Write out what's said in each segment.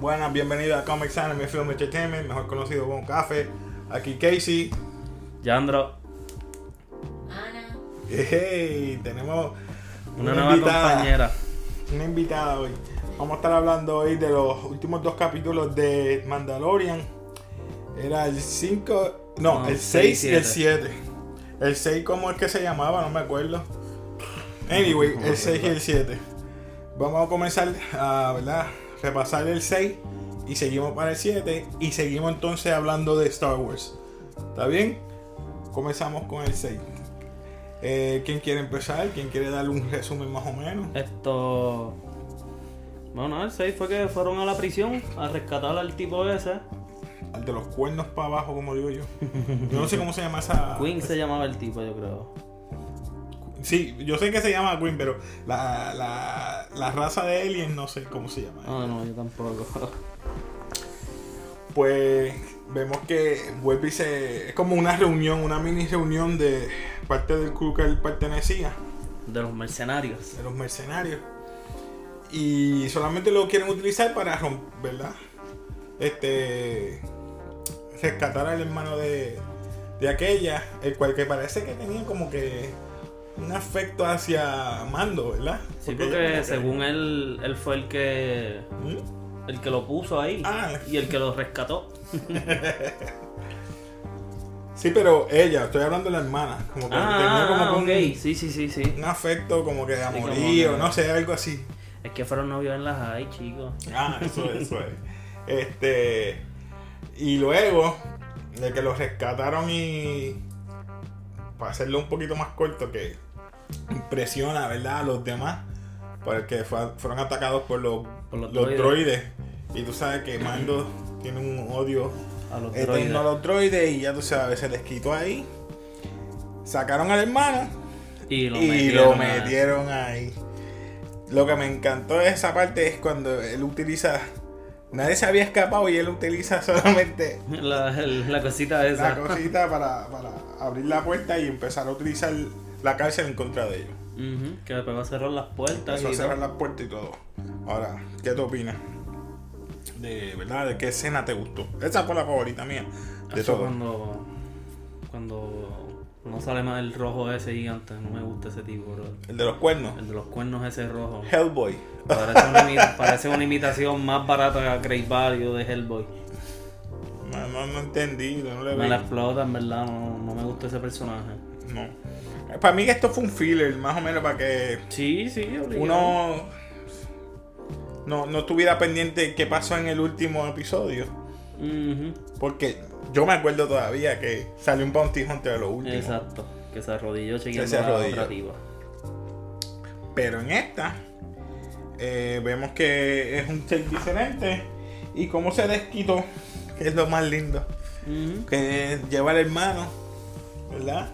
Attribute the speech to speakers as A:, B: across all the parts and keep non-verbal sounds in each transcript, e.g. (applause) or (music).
A: Buenas, bienvenidos a Comics Anime Film Entertainment, mejor conocido como Café. Aquí Casey.
B: Yandro,
C: Ana,
A: Hey, tenemos
B: una, nueva compañera.
A: Una invitada hoy. Vamos a estar hablando hoy de los últimos dos capítulos de Mandalorian. Era el 5, no,
B: No,
A: el
B: seis,
A: 6 y el 7. El 6, ¿cómo es que se llamaba? No me acuerdo. (laughs) Anyway,
B: No me
A: el 6 y
B: acuerdo.
A: el 7. Vamos a comenzar a ¿verdad? repasar el 6 y seguimos para el 7 y seguimos entonces hablando de Star Wars. ¿Está bien? Comenzamos con el 6. Eh, ¿Quién quiere empezar? ¿Quién quiere dar un resumen más o menos?
B: Esto. Bueno, el 6 fue que fueron a la prisión a rescatar al tipo ese.
A: Ah, Al de los cuernos para abajo, como digo yo. Yo no sé cómo se llama esa.
B: Queen se llamaba el tipo, yo creo.
A: Sí, yo sé que se llama Queen, pero la, la, la raza de aliens no sé cómo se llama.
B: Ah, no, yo tampoco.
A: Pues vemos que vuelve y se. Es como una reunión, una mini reunión de parte del crew que él pertenecía,
B: De los mercenarios.
A: de los mercenarios. Y solamente lo quieren utilizar para romper, ¿verdad? Este. Rescatar al hermano de, de aquella, el cual que parece que tenía como que un afecto hacia Mando, ¿verdad?
B: Sí,
A: ella como
B: porque
A: que-
B: según él, él fue el que.
A: ¿Mm?
B: El que lo puso ahí.
A: Ah.
B: Y el que lo rescató.
A: Sí, pero ella, estoy hablando de la hermana, como que tenía
B: Ah,
A: como que
B: ok.
A: un-
B: Sí, sí, sí, sí.
A: un afecto como que de
B: como
A: amorío,
B: que-
A: no sé, algo así.
B: Es que fueron novios en las high, chicos.
A: Ah, eso es, eso es. Este. Y luego, de que los rescataron y. Para hacerlo un poquito más corto, que impresiona, ¿verdad? A los demás. Porque fue- fueron atacados por los,
B: Por los
A: los droides.
B: droides.
A: Y tú sabes que Mando tiene un odio
B: A los droides.
A: eterno a los droides. Y ya tú sabes, se les quitó ahí. Sacaron al hermano.
B: Y lo
A: y
B: metieron.
A: lo
B: a-
A: metieron ahí. Lo que me encantó de esa parte es cuando él utiliza. Nadie se había escapado y él utiliza (laughs) solamente
B: (laughs) La, el- la cosita esa.
A: la cosita para, para abrir la puerta y empezar a utilizar la cárcel en contra de ellos.
B: Ujú, Que después va a cerrar las puertas.
A: Empezó a
B: y
A: cerrar
B: todo.
A: la puerta y todo. Ahora, ¿qué te opinas? De verdad, ¿de qué escena te gustó? Esa fue la favorita mía. De
B: Eso
A: todo.
B: Cuando, cuando no sale más el rojo ese gigante, no me gusta ese tipo, bro.
A: El de los cuernos.
B: El de los cuernos ese rojo.
A: Hellboy.
B: Parece una,
A: (laughs)
B: imi- parece una imitación más barata que Great Value de Hellboy.
A: No, no, no entendí, no le
B: Me
A: vi.
B: la explota, en verdad, no, no me gusta ese personaje.
A: No. Eh, Para mí que esto fue un filler, más o menos, para que
B: Sí, sí, obligado.
A: uno no, no estuviera pendiente de qué pasó en el último episodio.
B: Ujú,
A: Porque yo me acuerdo todavía que salió un bounty hunter de lo último.
B: Exacto. Que se arrodilló
A: Que
B: chequeando
A: se
B: la
A: arrodilló.
B: otra tipa.
A: Pero en esta eh, vemos que es un ser diferente y cómo se desquitó, que es lo más lindo.
B: Ujú.
A: que lleva al hermano, ¿verdad?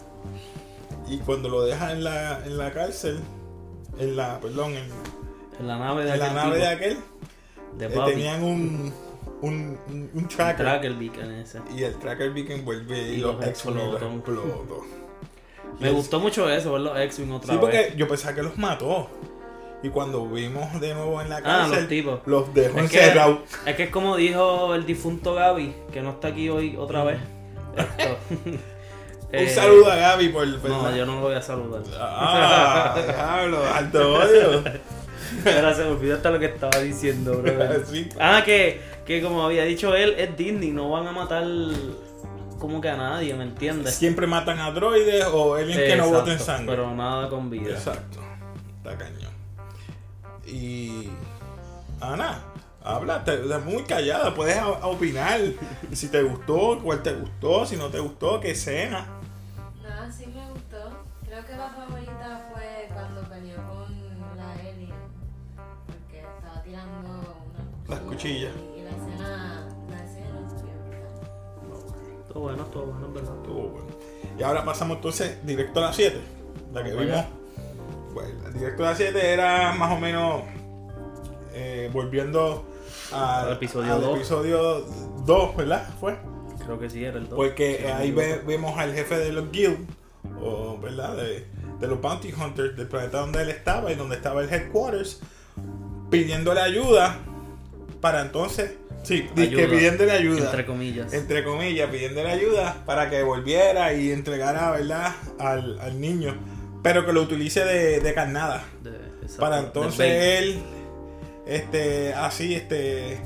A: Y cuando lo deja en la, en la cárcel, en la, perdón, en,
B: En la nave de
A: en la
B: aquel
A: nave de
B: tipo,
A: aquel,
B: de
A: eh,
B: Bobby.
A: tenían un, un, un, un tracker.
B: Tracker beacon ese.
A: Y el tracker beacon vuelve y,
B: Y
A: lo
B: los
A: explotó. (laughs)
B: explotó.
A: explotó.
B: Me
A: Y-
B: gustó mucho eso, ver los X-Wing otra
A: Sí,
B: vez.
A: porque yo pensaba que los mató. Y cuando vimos de nuevo en la cárcel,
B: Ah, los tipos.
A: los dejó
B: Es
A: encerrados.
B: que, es que es como dijo el difunto Gaby, que no está aquí hoy otra vez. Esto.
A: (laughs)
B: Eh,
A: Un saludo a Gaby por el
B: No, yo no lo voy a saludar.
A: Ah, diablo, alto odio.
B: Ahora se me olvidó hasta lo que estaba diciendo,
A: (laughs)
B: bro.
A: Sí.
B: Ah, que, que como había dicho él, es Disney, no van a matar como que a nadie, ¿me entiendes?
A: Siempre matan a droides o aliens que no
B: Exacto,
A: boten sangre.
B: Pero nada con vida.
A: Exacto. Está cañón. Y. Ana, habla, te, estás muy callada, puedes a- a opinar. Si te gustó, cuál te gustó, si no te gustó, qué escena.
C: no, sí me gustó. Creo que la favorita fue cuando peleó con la Ellie. Porque estaba tirando una
A: Las cuchillas.
C: Y la escena, la escena estuvo brutal.
B: Todo bueno, todo bueno, en verdad.
A: Estuvo bueno. Y ahora pasamos entonces directo a la 7. La que
B: Vamos
A: vimos.
B: allá.
A: Bueno, la directo a la 7 era más o menos eh, volviendo al,
B: Al episodio
A: al
B: dos.
A: episodio 2, ¿verdad? Fue.
B: Creo que sí, era el 2.
A: Porque ahí ve- vemos al jefe de los guild, o, ¿verdad? De, de los bounty hunters del planeta donde él estaba y donde estaba el headquarters, pidiéndole ayuda para entonces, sí,
B: Ayuda,
A: que pidiéndole ayuda.
B: Entre comillas.
A: entre comillas, pidiéndole ayuda para que volviera y entregara, ¿verdad?, al, al niño. Pero que lo utilice de, de carnada.
B: De- exacto,
A: Para
B: de
A: entonces
B: bait.
A: él, este, así, este,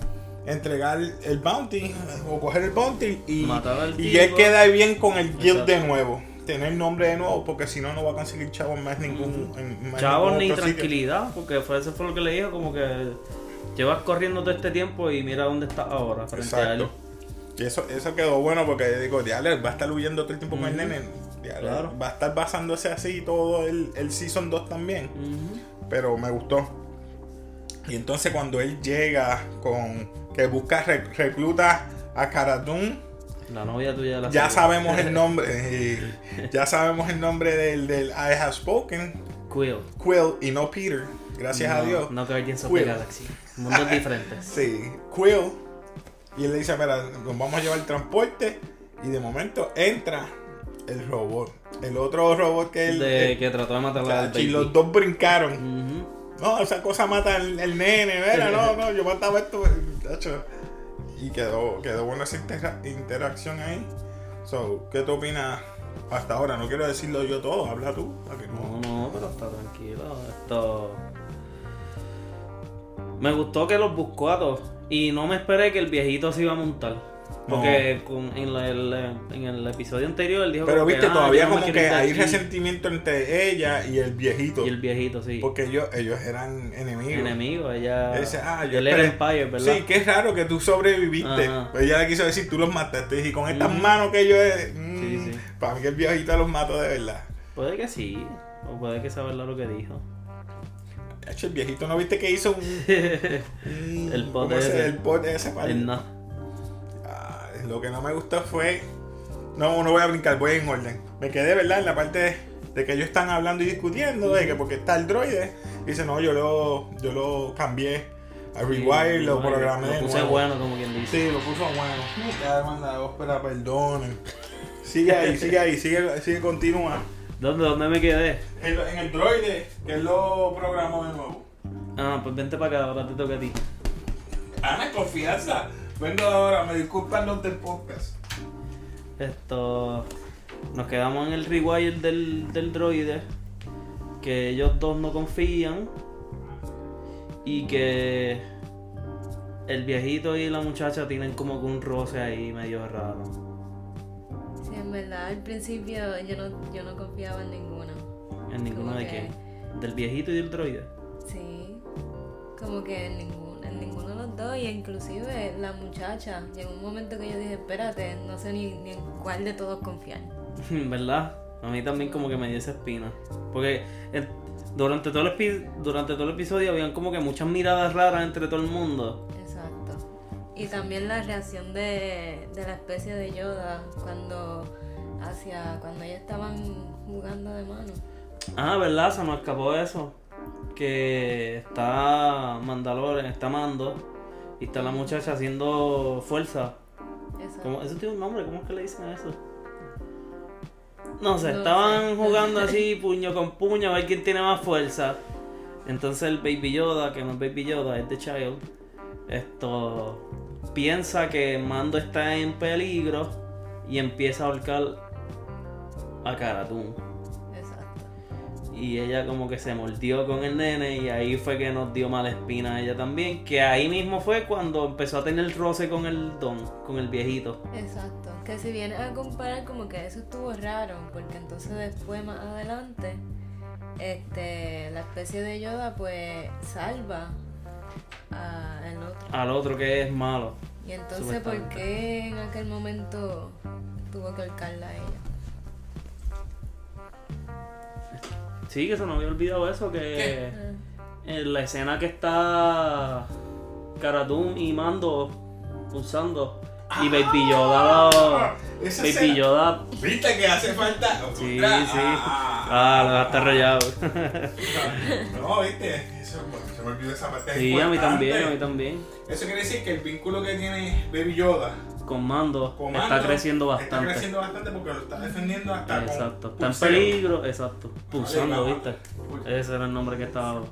A: entregar el bounty o coger el bounty y,
B: Matar al
A: y
B: tipo.
A: él queda bien con el guild de
B: Exacto.
A: nuevo. Tener nombre de nuevo, porque si no, no va a conseguir chavos más ningún. en más
B: Chavos
A: ningún
B: ni
A: otro sitio.
B: tranquilidad, porque fue, eso fue lo que le dijo, como que llevas corriendo todo este tiempo y mira dónde estás ahora, frente a él.
A: Exacto. Y eso, eso quedó bueno porque digo, diablo, va a estar huyendo todo el tiempo con el
B: Ujú.
A: nene. diablo,
B: Claro.
A: Va a estar basándose así todo el, el Season 2 también.
B: Ujú.
A: Pero me gustó. Y entonces cuando él llega con... Que busca, re- recluta a Karadun.
B: La novia tuya de la
A: Ya
B: serie.
A: sabemos
B: (laughs)
A: el nombre. y ya sabemos el nombre del, del I Have Spoken.
B: Quill.
A: Quill y no Peter. Gracias a
B: No-
A: Dios.
B: No Guardians of the
A: Quill.
B: Galaxy. Mundos diferentes.
A: Sí, Quill. Y él le dice, mira, nos vamos a llevar el transporte. Y de momento entra el robot. El otro robot que él...
B: de
A: que-
B: que trató de matar a la
A: y los dos brincaron.
B: Ujú.
A: No, esa cosa mata al, al nene, mira, no, no, yo mataba esto. tacho. Y quedó, quedó buena esa intera- interacción ahí. So, ¿qué tú opinas hasta ahora? No quiero decirlo yo todo, habla tú. para que no-
B: No, no, pero está tranquilo. Esto. Me gustó que los buscó a todos. Y no me esperé que el viejito se iba a montar. Porque con- en, la- el, en el episodio anterior él dijo
A: Pero
B: como que,
A: viste,
B: "Ah,
A: todavía
B: yo no me
A: como
B: quiero
A: que
B: ir de
A: hay
B: aquí".
A: resentimiento entre ella y el viejito.
B: Y el viejito, sí.
A: Porque ellos, ellos eran enemigos.
B: Enemigo, ella.
A: Ese, ah, yo
B: él era
A: esperé-
B: Empire, ¿verdad?
A: Sí, qué raro que tú sobreviviste. Pues
B: Ajá.
A: Ella le quiso decir, tú los mataste. Y con estas
B: Ujú.
A: manos que yo... mm,
B: Sí, sí.
A: Para mí que el viejito los mató de verdad.
B: Puede que sí. O puede que sea verdad lo que dijo. (laughs)
A: Hacho, el viejito no viste que hizo un. un-
B: El pot
A: ¿cómo se-
B: ese.
A: El pot ese para-
B: El no.
A: Ah, Lo que no me gustó fue. No, no voy a brincar, voy en orden. Me quedé, ¿verdad? En la parte de, de que ellos están hablando y discutiendo, de que porque está el droide. Dice, no, yo lo, yo lo cambié. A Rewire, lo
B: Bueno,
A: programé. de
B: Lo puse
A: nuevo.
B: bueno, como quien dice.
A: Sí, lo puso bueno. Ya, manda, ópera, perdonen. Sigue ahí, sigue ahí, sigue, sigue, continúa.
B: ¿Dónde, ¿Dónde me quedé?
A: En, lo- en el droide, que él lo programó de nuevo.
B: Ah, pues vente para acá, ahora te toca a ti.
A: Ana, confianza. Vengo ahora, me disculpan los del podcast.
B: Esto. Nos quedamos en el rewire del, del droide. Que ellos dos no confían. Y que. El viejito y la muchacha tienen como que un roce ahí medio raro.
C: Sí, en verdad, al principio yo no, yo no confiaba en ninguno.
B: En ninguno
C: Como
B: de
C: que-
B: qué. Del viejito y del droide. (laughs)
C: Sí, como que en ninguno, en ninguno de los dos, y inclusive la muchacha. Llegó un momento que yo dije, espérate, no sé ni, ni en cuál de todos confiar.
B: ¿Verdad? A mí también como que me dio esa espina. Porque eh, durante, todo el epi- durante todo el episodio habían como que muchas miradas raras entre todo el mundo.
C: Exacto. Y también la reacción de, de la especie de Yoda cuando hacia cuando ellos estaban jugando de mano.
B: Ah, ¿verdad? Se me escapó eso. Que está Mandalorian, está Mando. Y está la muchacha haciendo fuerza.
C: Exacto.
B: ¿Cómo- ¿Eso tiene un nombre? ¿Cómo es que le dicen a eso? No sé,
C: No
B: estaban
C: sé.
B: jugando así puño con puño a ver quién tiene más fuerza. Entonces el Baby Yoda, que no es Baby Yoda, es The Child, esto piensa que Mando está en peligro y empieza a ahorcar a Karatun.
C: Exacto.
B: Y ella como que se mordió con el nene y ahí fue que nos dio mala espina a ella también. Que ahí mismo fue cuando empezó a tener roce con el don, con el viejito.
C: Exacto. Que si vienes a comparar como que eso estuvo raro, porque entonces después más adelante este la especie de Yoda pues salva a- al otro.
B: al otro que es malo.
C: Y entonces ¿por
B: Supuestamente.
C: qué en aquel momento tuvo que ahorcarla a ella?
B: Sí, que se me había olvidado eso, que
C: Ah,
B: en la escena que está Karatun y Mando pulsando y Baby Yoda
A: Ah,
B: lo-
A: esa
B: Baby
A: escena.
B: Yoda
A: ¿Viste que hace falta?
B: sí, sí.
A: Otra. Ah,
B: Ah, lo está rayado.
A: No, viste. Eso, bueno, se me olvidó esa parte. es
B: Sí, a mí
A: importante.
B: también, a mí también.
A: Eso quiere decir que el vínculo que tiene Baby Yoda
B: Con Mando,
A: con Mando
B: está creciendo
A: Está
B: bastante.
A: creciendo bastante porque lo está defendiendo hasta con
B: Exacto, está en
A: pulsero.
B: peligro, exacto. Pulsando,
A: Ahí va.
B: ¿viste?
A: Pulsando.
B: Ese era el nombre que estaba.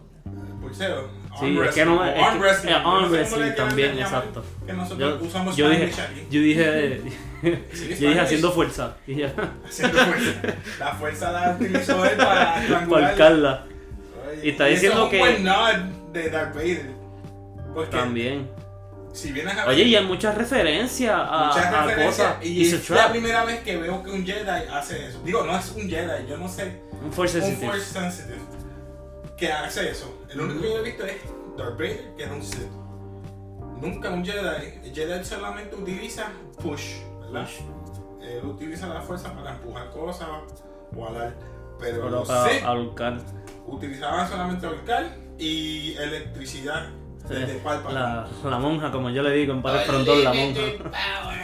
D: boxeo.
B: Sí,
D: Arm
B: es que no
D: wrestling,
B: me-
D: o
B: es
D: arm
B: que- eh,
D: wrestling, no
B: arm
D: sé cómo le
B: wrestling
D: quieran
B: también,
D: llamar,
B: exacto.
D: Que nosotros
B: Yo,
D: usamos
B: yo dije, (laughs)
D: Spanish aquí.
B: yo dije,
D: Sí,
B: yo
D: Spanish.
B: dije haciendo fuerza. Y ya, (laughs)
D: Haciendo fuerza. La fuerza la utilizó él para estrangular.
B: palcarla.
D: Oye,
B: Y está
D: eso
B: diciendo
D: es un
B: que-
D: buen nod de Darth Vader. Porque
B: También.
D: si vienes a ver
B: Oye, y hay muchas referencias a,
D: muchas
B: a
D: referencias,
B: cosas.
D: y
B: It's a
D: es la
B: trap.
D: primera vez que veo que un Jedi hace eso. Digo, no es un Jedi, yo no sé.
B: Un force
D: Un
B: sensitive.
D: Force Sensitive que hace eso. El único que yo he visto es Darth Vader, que era un Sith. Nunca un Jedi. El Jedi solamente utiliza push, ¿verdad?
B: Push.
D: Él utiliza la fuerza para empujar cosas o alar. Pero
B: Pero eh,
D: los
B: a,
D: Sith
B: a volcar.
D: utilizaban solamente volcar y electricidad desde Palpatine.
B: La, la monja, como yo le digo en Padre Frontón,
D: eh,
B: la monja.
D: (laughs)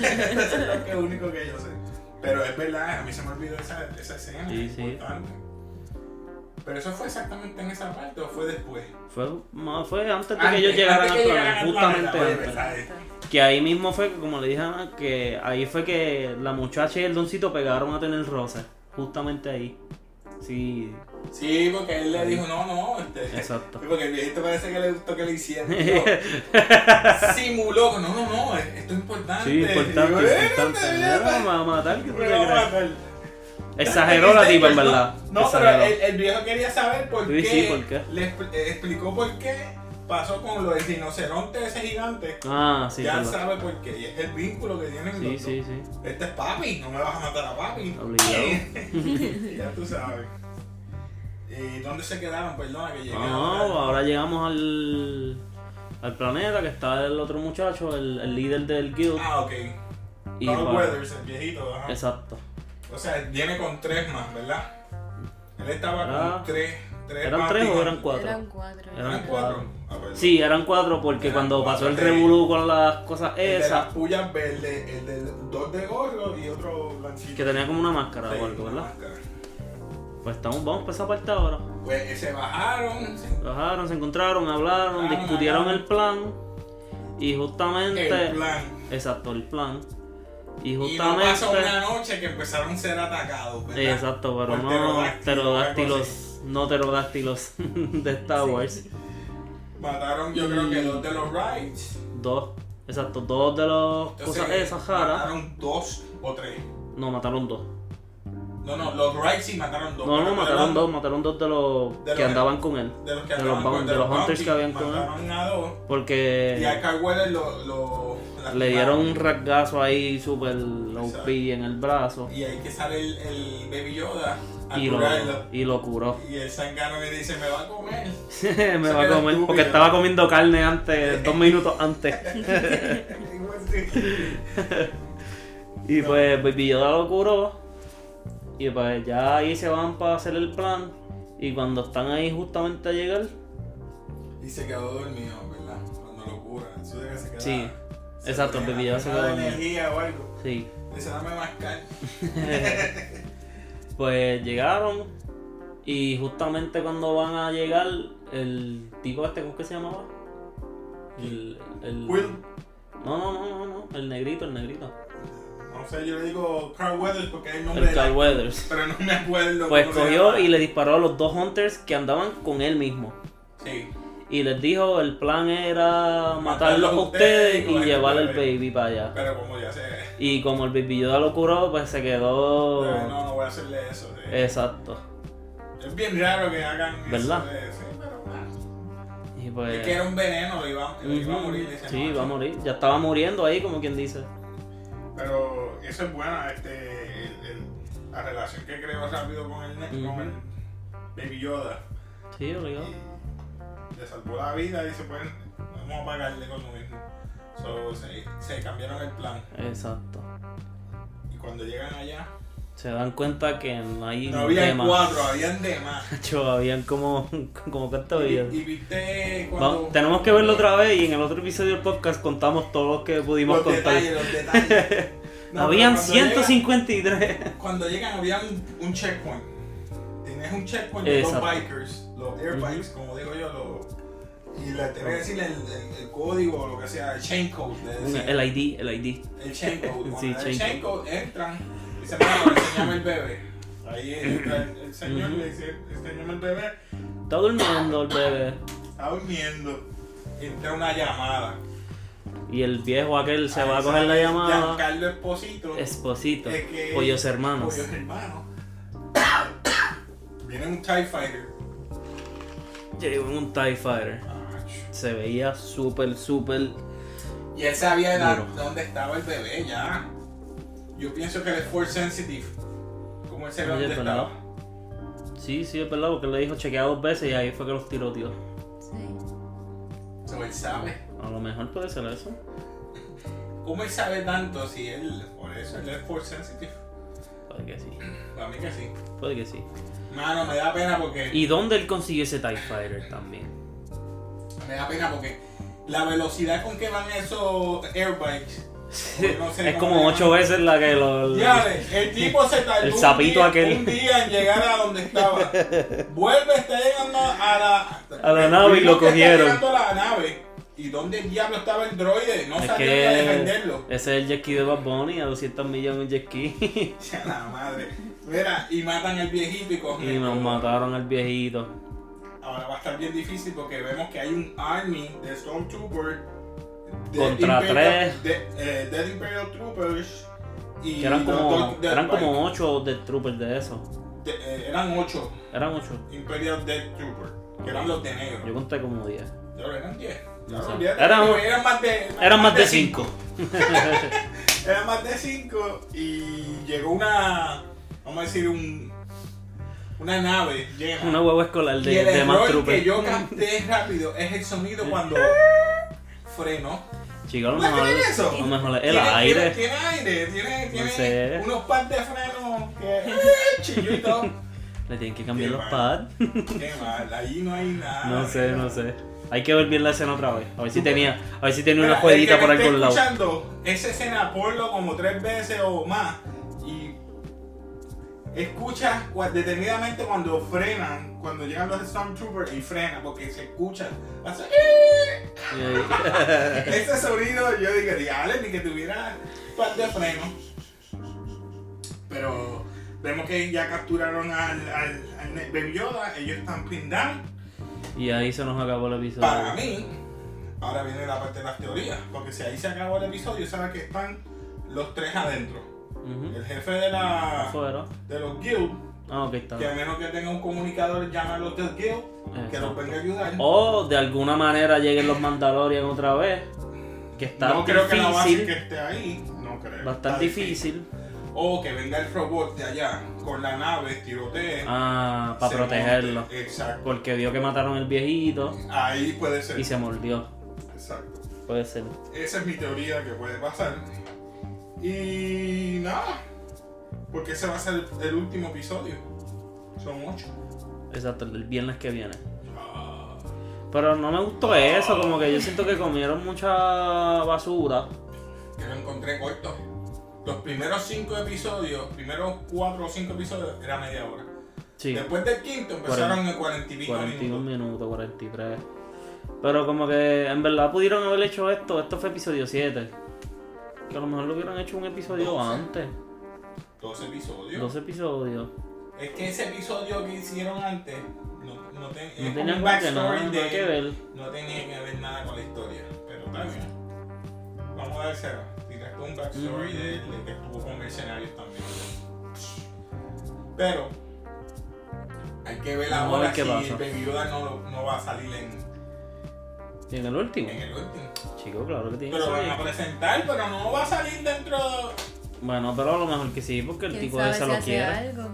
D: Eso es lo que único que yo sé. Pero es verdad, a mí se me olvidó esa, esa escena.
B: Sí,
D: es
B: sí.
D: importante. Pero eso fue exactamente en esa parte o fue después.
B: Fue, no, fue antes de que
D: Antes,
B: ellos llegaran
D: antes
B: al
D: que
B: planeta,
D: llegaran al
B: justamente
D: planeta,
B: antes.
D: oye, ¿verdad?
B: Que ahí mismo fue, que, como le dije a Ana, que ahí fue que la muchacha y el doncito pegaron a tener roces. Justamente ahí. Sí,
D: Sí, porque él le dijo, no, no, este.
B: Exacto.
D: sí, Porque el viejito parece que le gustó que
B: (laughs)
D: le hicieran. Dijo, Simuló, no, no, no, esto es importante.
B: sí, importante,
D: Digo, "Eh,
B: importante.
D: te
B: Mira,
D: mierda,
B: me va a matar, que tú
D: me
B: te
D: va a
B: crees.
D: matar".
B: Exageró la tipa, en verdad.
D: (laughs) No, no, pero
B: Exageró.
D: el, el viejo quería saber por
B: Sí,
D: qué.
B: sí, ¿por qué?
D: Le expl- eh, explicó por qué pasó con lo del rinoceronte ese gigante.
B: Ah, sí,
D: ya él
B: verdad.
D: sabe por qué. Y es el vínculo que tienen
B: Sí,
D: los
B: sí,
D: dos.
B: sí.
D: Este es papi, no me vas a matar a papi.
B: Obligado.
D: (laughs) ya tú sabes. ¿Y dónde se quedaron? Perdona que llegué.
B: No, ahora llegamos al, al planeta que está el otro muchacho, el, el líder del guild.
D: Ah, ok.
B: y
D: Carl
B: va-
D: Weathers, el viejito. ajá.
B: Exacto.
D: O sea, viene con tres más, ¿verdad? Él estaba
B: Ah.
D: con tres. tres
B: ¿Eran
D: papi
B: tres o
D: más.
B: eran cuatro?
C: Eran cuatro.
B: Eran
D: Eran cuatro. Ah, perdón.
B: Sí, eran cuatro porque
D: Eran
B: cuando
D: cuatro,
B: pasó el
D: sí.
B: revolú con las cosas
D: El de las
B: esas,
D: pullas verdes, el del dos de gorro y otro blanquito.
B: que tenía como una máscara
D: Sí,
B: o algo,
D: una
B: ¿verdad?
D: máscara.
B: Pues estamos, vamos para esa parte ahora.
D: Pues eh, se bajaron. se-
B: Bajaron, se encontraron, hablaron,
D: Hablaron,
B: discutieron
D: hablaron.
B: el plan y justamente...
D: El plan.
B: Exacto, el plan. Y
D: Y no pasó
B: justamente...
D: una Pues noche que empezaron a ser atacados, ¿verdad?
B: Exacto, pero
D: Por
B: no
D: pterodáctilos, algo
B: pterodáctilos, no pterodáctilos (laughs) de Star Wars.
D: Mataron, yo creo que
B: Y-
D: dos de los rides.
B: Dos, exacto, dos de las
D: Entonces,
B: cosas esas jaras.
D: Mataron dos o tres.
B: No, mataron dos.
D: No, no, los rides sí mataron dos.
B: No,
D: pero
B: no,
D: de
B: mataron
D: los-
B: dos, mataron dos de los
D: de los
B: que
D: que-
B: andaban con él.
D: De los, que
B: de
D: andaban
B: los
D: con-
B: de los hunters que habían con él.
D: Mataron a dos. Y a
B: Porque
D: Carl Weathers lo, lo
B: le
D: lastimaron.
B: dieron un rasgazo ahí super OP en el brazo
D: Y ahí que sale el, el Baby Yoda a
B: y lo,
D: curarlo.
B: y lo curó.
D: Y el sangano le dice, me va a comer. (laughs)
B: (laughs) Me va a
D: queda
B: comer, porque
D: estúpido.
B: estaba comiendo carne
D: (laughs)
B: antes, dos minutos antes. Y pues Baby Yoda lo curó. Y pues ya ahí se van para hacer el plan. Y cuando están ahí justamente a llegar,
D: y se quedó dormido, ¿verdad? Cuando lo cura. Eso debe que se queda-
B: Sí.
D: se
B: Exacto, el
D: drena,
B: Baby Yoda se quedó
D: drena de
B: dormido.
D: energía o algo.
B: sí.
D: Dice, dame más carne.
B: (laughs) Pues llegaron. Y justamente cuando van a llegar, el tipo este, ¿cómo que se llamaba? El. el-
D: Will.
B: No, no, no, no, no. El negrito, el negrito.
D: No sé, yo le digo Carl Weathers porque es el nombre
B: El
D: de la-
B: Carl Weathers.
D: (laughs) Pero no me acuerdo.
B: Pues
D: cómo se
B: cogió
D: llama.
B: y le disparó a los dos hunters que andaban con él mismo.
D: Sí.
B: Y les dijo, el plan era
D: Matarlos
B: matarlos
D: a
B: a ustedes y
D: ustedes y
B: llevar el
D: coger el
B: baby para allá.
D: Pero como ya sé...
B: Y como el Baby Yoda lo curó, pues se quedó.
D: eh, No, eh. no voy a hacerle eso. sí.
B: Eh. Exacto.
D: Es bien raro que hagan
B: ¿Verdad?
D: eso. de- sí, pero, bueno.
B: Y pues.
D: Es que era un veneno, le iba, le iba a morir. ese
B: Sí,
D: macho.
B: va a morir. Ya estaba muriendo ahí, como quien dice.
D: Pero eso es buena, este, el- el- la relación que creó rápido con el, ne- con el Baby Yoda.
B: Sí, obligado.
D: Y le salvó la vida y se pueden, vamos a pagarle con lo mismo. So, se, se cambiaron el plan.
B: Exacto.
D: Y cuando llegan allá,
B: Se dan cuenta que no hay
D: no habían
B: tema. (laughs)
D: cuatro, habían de más.
B: Hacho, habían como. como cuánto
D: Y,
B: había.
D: y viste cuando...
B: Va- tenemos que verlo otra vez y en el otro episodio del podcast contamos todos los que pudimos
D: los
B: contar.
D: detalles,
B: (laughs)
D: los detalles. No,
B: habían
D: pero cuando llegan-
B: 153.
D: Cuando llegan había un, un checkpoint. Tenías un checkpoint de los
B: Exacto.
D: bikers, los airbikes, como digo yo, los. Y le tenía que decir el, el, el código o lo que sea, el chain code. le decían.
B: el ID, el ID.
D: el chain code.
B: (laughs)
D: Cuando
B: Sí,
D: el
B: chain
D: chain code entran y se van a enseñame el bebé. Ahí entra el, el "Este señor y le dice, enseñame el bebé.
B: Está durmiendo el bebé.
D: Está durmiendo. Entra una llamada.
B: Y el viejo aquel se va a
D: Ahí
B: coger la
D: sale
B: llamada.
D: Giancarlo Esposito.
B: Esposito.
D: Es que-
B: Pollos hermanos.
D: Pollos hermanos. (coughs) Viene un TIE Fighter.
B: Yo iba en un TIE Fighter. Se veía súper, súper.
D: Y él sabía la-
B: Duro.
D: dónde estaba el bebé ya. Yo pienso que él es force sensitive. Como él sabía
B: Oye,
D: dónde
B: pero no.
D: estaba.
B: Sí, sí, es verdad, porque le dijo chequea dos veces y ahí fue que los tiró, tío.
C: Sí.
D: So, él sabe.
B: A lo mejor puede ser eso.
D: ¿Cómo él sabe tanto si él. Por eso él es force sensitive.
B: Puede que sí.
D: Para mí que sí.
B: Puede que sí.
D: Mano, me da pena porque.
B: ¿Y dónde él consiguió ese TIE Fighter también?
D: Me da pena porque la velocidad con que van esos airbikes. no sé
B: es
D: cómo
B: como
D: le
B: ocho veces la que lo.
D: Ya, el tipo se tardó
B: El
D: un
B: sapito
D: día-
B: aquel.
D: un día en llegar a donde estaba. Vuelve, está llegando a la,
B: A la nave y lo
D: Vimos que está
B: cogieron.
D: llegando a la nave. ¿Y dónde el diablo estaba el droide? No
B: Es
D: salieron a defenderlo. (laughs)
B: que ese es el jet ski de Bad Bunny a 200 millas en un jet ski.
D: Ya la madre. Mira, y matan al viejito y cogen.
B: y
D: el
B: nos
D: droide.
B: mataron al viejito.
D: Ahora va a estar bien difícil porque vemos que hay un army de Stormtroopers. de
B: Contra
D: Imperial- De, eh, Dead Imperial Troopers. Y
B: Que eran
D: los
B: como,
D: dos Death
B: eran
D: Bike.
B: como ocho Death Troopers de esos.
D: De- eh, eran ocho
B: Eran ocho.
D: Imperial Death Troopers. Que eran los de negro.
B: Yo conté como 10.
D: Ya lo eran 10.
B: No sé. Eran-
D: Eran, eran más de
B: Eran más de 5.
D: cinco. Eran más de 5 y llegó una, vamos a decir, un, una nave llena.
B: Una hueva escolar
D: y
B: de,
D: el
B: de más
D: error que
B: troopers.
D: yo capté rápido es el sonido
B: (laughs)
D: cuando frenó.
B: Chicos, a lo
D: ¿No
B: mejor,
D: tiene eso?
B: a lo mejor el
D: Tiene-
B: aire.
D: Tiene, tiene aire, tiene, tiene
B: sé.
D: unos par de frenos
B: (laughs)
D: que chilló y todo.
B: Le tienen que cambiar
D: Qué
B: los
D: mal.
B: pads. (laughs)
D: Qué mal, ahí no hay nada.
B: No sé, no sé. Hay que ver bien la escena otra vez. A ver si
D: Tú-
B: tenía, a ver si tenía una
D: Mira, el que
B: jueguita por
D: me esté
B: algún lado.
D: escuchando esa escena, ponlo como tres veces o más y escucha cua- detenidamente cuando frenan, cuando llegan los Stormtroopers y frenan, porque se escucha. hace, "Eh".
B: Y ahí-
D: Ese sonido yo dije, diablo, ni que tuviera par de frenos. Pero vemos que ya capturaron al, al, al ne- Baby Yoda, ellos están pinned down.
B: Y ahí se nos acabó el episodio.
D: Para mí, ahora viene la parte de las teorías, porque si ahí se acabó el episodio, sabes que están los tres adentro.
B: Ujú.
D: El jefe de la
B: Fuera.
D: de los guild,
B: Ah, ok, está
D: que a
B: bien.
D: menos que tenga un comunicador, llama a los del guild, que
B: Exacto.
D: los
B: Oh,
D: venga a ayudar.
B: O de alguna manera lleguen los Mandalorian otra vez. Que está
D: no creo que la base
B: difícil.
D: que esté ahí, no creo. Está
B: Bastante difícil.
D: O que venga el robot de allá con la nave, tirotee.
B: Ah,
D: se
B: para protegerlo.
D: monte. Exacto.
B: Porque vio que mataron el viejito
D: Ahí puede ser.
B: y se mordió.
D: Exacto.
B: Puede ser.
D: Esa es mi teoría que puede pasar. Y nada, porque ese va a ser el último episodio. Son ocho.
B: Exacto, el viernes que viene. Pero no me gustó eso, como que yo siento que comieron mucha basura.
D: Que lo encontré corto. Los primeros cinco episodios, primeros cuatro o cinco episodios, era media hora.
B: Sí,
D: Después del quinto empezaron en cuarenta y pico
B: 41
D: minutos.
B: minutos, 43. Pero como que en verdad pudieron haber hecho esto, esto fue episodio 7. Que a lo mejor lo hubieran hecho un episodio
D: Doce.
B: antes,
D: Dos episodios.
B: dos episodios.
D: Es que ese episodio que hicieron antes no, no, ten- es
B: No tenían
D: como Eh, un
B: como que nada,
D: backstory
B: nada
D: de-
B: que ver.
D: No tenía que ver nada con la historia, pero está bien. Vamos a dársela. Tiraste un backstory
B: Ujú.
D: de él, de que estuvo con mercenarios también. Pero hay que ver
B: Vamos a
D: ahora
B: ver qué
D: si
B: pasa.
D: el Baby Yoda no, lo- no va a salir en,
B: Y en el último,
D: en el último.
B: chico, claro que tiene que
D: Pero lo van a
B: salir.
D: presentar, pero no va a salir dentro.
B: Bueno, pero a lo mejor que sí, porque el
C: ¿Quién
B: tipo
C: sabe
B: ese
C: si
B: lo
C: hace
B: quiere.
C: algo?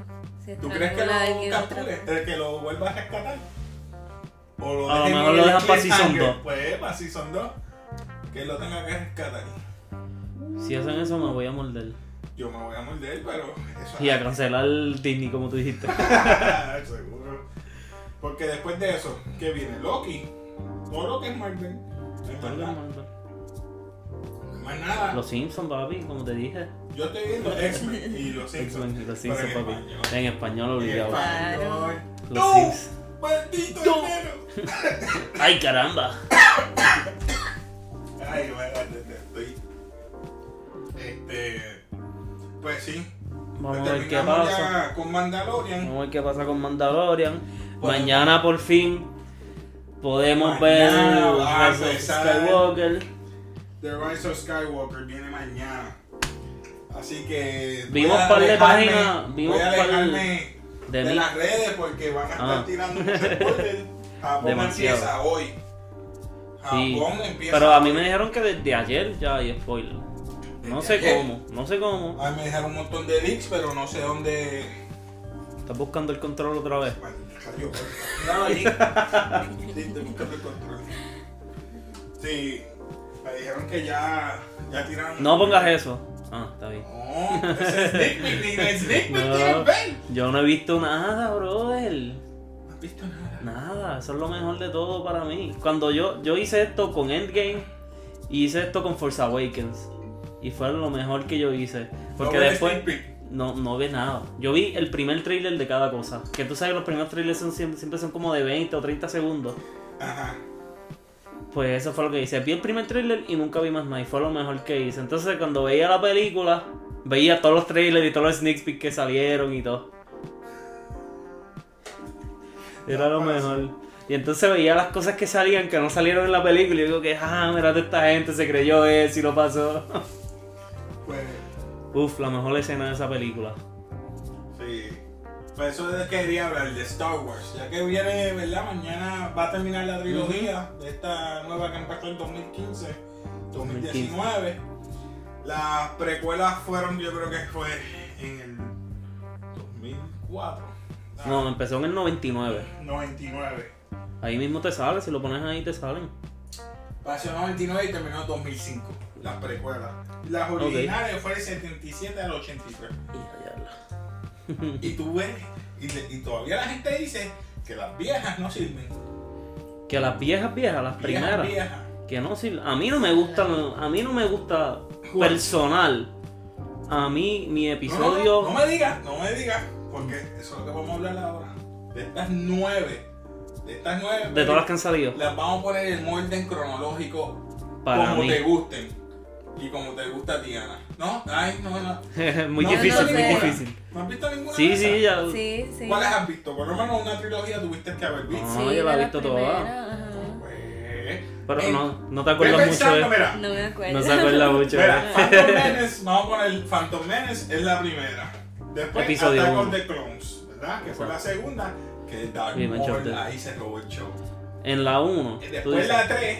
C: Si
D: ¿Tú crees que
C: estrangula a alguien
D: lo
C: otra-
D: capture? ¿El que lo vuelva a rescatar? O lo
B: A lo
D: dejen
B: mejor lo
D: en el
B: dejan para Season
D: cliffhanger?
B: 2.
D: Pues para Season 2. Que lo tenga que rescatar.
B: Si hacen eso me voy a morder.
D: Yo me voy a morder, pero eso
B: Y a cancelar Disney como tú dijiste.
D: (laughs) Seguro. Porque después de eso, ¿qué viene? Loki. Todo lo que es Marvel. No hay más nada. No hay más nada.
B: Los Simpsons, papi, como te dije.
D: Yo estoy viendo X-Men y los Simpsons.
B: X-Men y Los
D: Pero
B: Simpsons,
D: en
B: papi.
D: español.
B: En español
D: En
B: obligado.
C: Claro.
D: español.
B: Los
D: ¡Tú!
B: Simpsons.
D: ¡Maldito
B: ¡Tú!
D: dinero!
B: ¡Ay, caramba!
D: Ay, bueno, te- te estoy. Este. Pues sí.
B: Vamos a ver qué
D: terminamos
B: pasa.
D: ya con Mandalorian.
B: Vamos a ver qué pasa con Mandalorian.
D: Bueno.
B: Mañana por fin podemos
D: Mañana
B: ver
D: va a
B: Rise of
D: empezar.
B: Skywalker.
D: The Rise of Skywalker viene mañana. Así que. voy
B: Vimos
D: a
B: par de
D: alejarme-
B: páginas, vimos
D: voy a
B: par de-
D: alejarme de,
B: de mí.
D: las redes porque van a estar
B: Ah.
D: tirando muchos
B: (laughs)
D: spoilers. Japón
B: Demasiado.
D: empieza hoy.
B: Sí,
D: Japón empieza
B: Pero a
D: hoy.
B: mí me dijeron que desde ayer ya hay spoiler. No
D: Desde
B: sé
D: ayer.
B: cómo, no sé cómo.
D: Ay, me dejaron un montón de leaks, pero no sé dónde.
B: Estás buscando el control otra vez.
D: Bueno, salió. Nada ahí. Sí, estoy buscando el control. Sí, me dijeron que ya, ya tiraron.
B: No pongas eso. Ah, está bien.
D: No, ese es sneak peek, ni de sneak peek
B: No.
D: tienes ver.
B: Yo no he visto nada, brother.
D: No has visto nada.
B: Nada, eso es lo mejor de todo para mí. Cuando yo, yo hice esto con Endgame y hice esto con Force Awakens. Y fue lo mejor que yo hice. Porque
D: No ves
B: después
D: sneak peek.
B: no, no ve nada. Yo vi el primer trailer de cada cosa. Que tú sabes, los primeros trailers son, siempre, siempre son como de 20 o 30 segundos.
D: Ajá.
B: Pues eso fue lo que hice. Vi el primer trailer y nunca vi más nada. Y fue lo mejor que hice. Entonces cuando veía la película, veía todos los trailers y todos los sneak peeks que salieron y todo. Era lo mejor. Y entonces veía las cosas que salían, que no salieron en la película. Y digo que, ah, mira, toda esta gente se creyó eso y lo pasó. (laughs)
D: Pues,
B: Uf, la mejor escena de esa película.
D: sí. Pues eso es de que quería hablar de Star Wars. Ya que viene, ¿verdad? Mañana va a terminar la trilogía de esta nueva que empezó en 2015, 2019. Las precuelas fueron, yo creo que fue en el 2004. Ah,
B: No, empezó en el 99.
D: 99.
B: Ahí mismo te sale, si lo pones ahí te salen.
D: Pasó en 99 y terminó en 2005. Las precuelas. Las originales fue del 77 al 83.
B: Y ya, ya.
D: Y tú ves, y, le- y todavía la gente dice que las viejas no sirven.
B: Que las viejas viejas, las
D: Viejas,
B: primeras.
D: viejas.
B: Que no sirve. A mí no me gusta, a mí no me gusta personal. A mí, mi
D: No, no,
B: episodio.
D: No, no me digas, no me digas, porque eso es lo que vamos a hablar ahora. De estas nueve, de estas nueve,
B: De todas las que han salido.
D: las vamos a poner en orden cronológico
B: Para (laughs)
D: como
B: mí.
D: te gusten. Y como te gusta a ti, Ana. ¿No? Ay, no, no.
B: muy
D: No,
B: difícil,
D: no
B: muy
D: sé.
B: difícil.
D: ¿No has visto ninguna? de
B: Sí,
D: esas?
B: sí, ya.
C: Sí, sí.
D: ¿Cuáles has visto? Por lo menos una trilogía tuviste que haber visto.
B: Ah. No, yo la he
C: de
B: visto
C: primera,
B: toda.
C: ajá.
D: Pues,
B: Pero
D: eh,
B: no, no te
D: Ve
B: acuerdas mucho
D: pensando,
B: de.
D: mira.
C: No me acuerdo.
B: No se acuerda mucho (laughs)
D: Mira,
B: de.
D: Phantom Menace, vamos a poner Phantom Menace es la primera. Después
B: Episodio
D: Attack on
B: uno.
D: the Clones, ¿verdad? Que fue la segunda, que es Dark
B: Revenge of
D: Maul,
B: the-
D: ahí se robó el show.
B: En la 1.
D: Y Después la 3,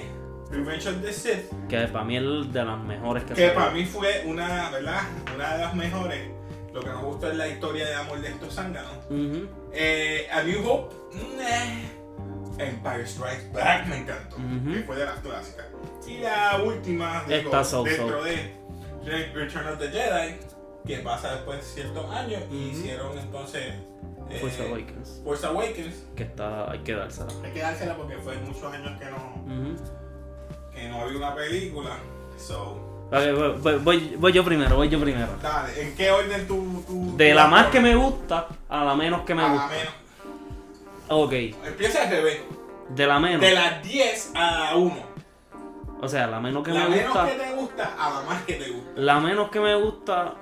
D: Revenge of the Sith,
B: Que para mí es de las mejores que
D: que
B: salió.
D: para mí fue una, ¿verdad? Una de las mejores. Lo que nos gusta es la historia de amor de estos zánganos.
B: Ujú,
D: Eh, a New Hope, meh. Empire Strikes Back me encantó,
B: Ujú.
D: que fue de las clásicas. Y la última, digo,
B: Está so-so.
D: dentro de Re- Return of the Jedi, que pasa después de ciertos años, y
B: Ujú.
D: hicieron entonces eh,
B: Force Awakens.
D: Force Awakens.
B: pues Que está. Hay que dársela.
D: Hay que dársela porque fue muchos años que no,
B: Ujú.
D: que no había una película. So,
B: A ver, voy- voy, voy- voy yo primero, voy yo primero.
D: dale, ¿en qué orden tú...? tú-
B: De
D: tú
B: la
D: vas
B: más
D: por-
B: que me gusta a la menos que me
D: a la
B: gusta.
D: menos.
B: Ok,
D: Empieza al revés.
B: de la menos.
D: De las 10 a la 1.
B: O sea, la menos que
D: La
B: me
D: menos
B: gusta.
D: que te gusta a la más que te gusta.
B: La menos que me gusta,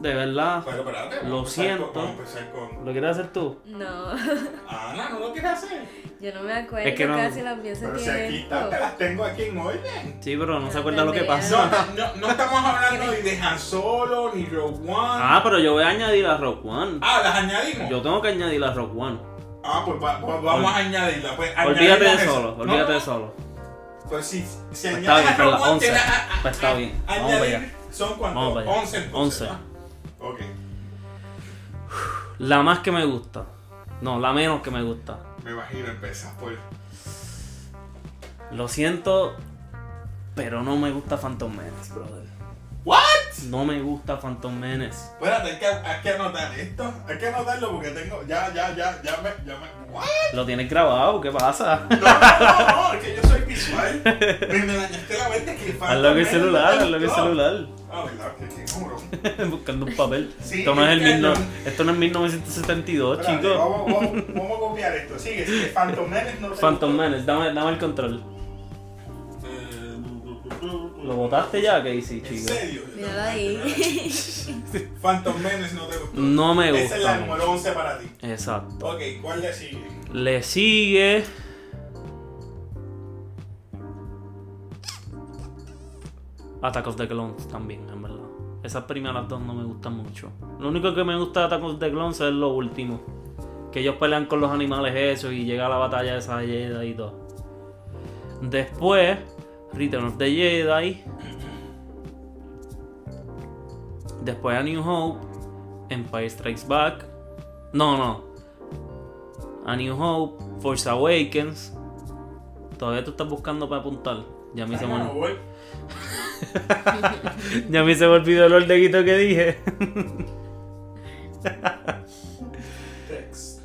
B: de verdad.
D: Pero espérate, vamos
B: Lo
D: a empezar
B: siento.
D: con- vamos a empezar con.
B: ¿Lo quieres hacer tú?
C: (laughs) No, (laughs)
D: Ana, no lo quieres hacer.
C: yo no me acuerdo.
B: Es que no-
C: Casi la pieza
D: Pero si
C: tiene
D: aquí está, te
C: esto.
D: las tengo aquí en orden.
B: Sí, pero no se
C: Ah,
B: acuerda lo que
C: tendría.
B: pasó.
D: No, no, no estamos hablando ni de Han Solo, ni Rogue One.
B: Ah,
D: Ah,
B: pero yo voy a añadir a Rock One.
D: las añadimos.
B: Yo tengo que añadir a Rock One.
D: Ah, pues, va- pues vamos a añadirla. Pues,
B: Olvídate
D: añadimos
B: de
D: eso.
B: solo,
D: No,
B: olvídate de
D: no,
B: solo.
D: Pues si, si
B: Pues
D: añades
B: está bien,
D: a
B: pero
D: Rogue
B: las
D: One,
B: 11.
D: tienes a- a-
B: Pues está
D: a-
B: bien, vamos para allá.
D: Añadir son
B: Vamos para
D: cuántos?
B: allá.
D: 11 entonces.
B: 11.
D: ¿ah? Ok,
B: La más que me gusta. No, la menos que me gusta.
D: me imagino pues. empezas por.
B: Lo siento, pero no me gusta Phantom Menace, brother.
D: ¿What?
B: No me gusta Phantom Menace.
D: Espérate, hay que, hay que anotar esto. Hay que anotarlo porque tengo. Ya, ya, ya, ya me. Ya me ¿What?
B: Lo tienes grabado, ¿qué pasa?
D: No, no, no, es que yo soy visual. Me, me dañaste la mente que falta.
B: Hazlo en el
D: menos
B: celular,
D: de
B: hazlo en el
D: todo.
B: celular. Oh,
D: Ah, verdad, que qué
B: (laughs)
D: cabrón.
B: Buscando un papel.
D: (laughs) Sí,
B: esto, no es el
D: es que
B: mil no-
D: no.
B: esto no es 1972,
D: Espérate,
B: chicos.
D: Vamos, vamos, vamos a copiar esto. Sigue, sigue. Phantom Menace no te
B: Phantom
D: gusta.
B: Menace, dame, dame el control.
D: Eh,
B: ¿Lo botaste ya, Casey,
D: ¿En
B: chicos?
D: serio?
C: Míralo ahí.
D: Phantom Menace no te gustó.
B: No me
D: Esa es la
B: gusta.
D: número 11 para ti.
B: Exacto.
D: Ok, ¿cuál le sigue?
B: Le sigue. Attack of the Clones también, en verdad. Esas primeras dos no me gustan mucho. Lo único que me gusta de Attack of the Clones es lo último. Que ellos pelean con los animales eso y llega la batalla de esa Jedi y todo. Después, Return of the Jedi. Después a New Hope. Empire Strikes Back. No, no. A New Hope. Force Awakens. Todavía tú estás buscando para apuntar. Ya me se me
D: no voy.
B: ya a mí se me olvidó el ordeguito que dije.
D: Text.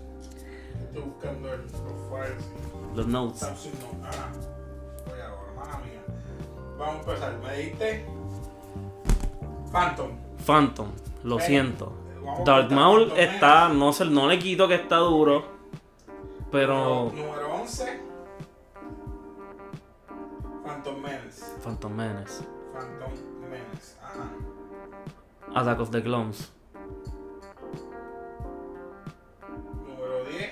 D: Estoy buscando el profile.
B: Los notes.
D: Samsung no. Ah, voy ahora, mala mía. Vamos a empezar. Me diste Phantom.
B: Phantom, lo
D: Pero,
B: siento.
D: vamos a
B: Dark
D: contar
B: Maul
D: cuánto
B: está, no sé, no le quito que está duro. Pero.
D: Número 11. Phantom Menace.
B: Phantom Menace.
D: Phantom Menace. Ajá.
B: Attack of the Clones.
D: Número 10.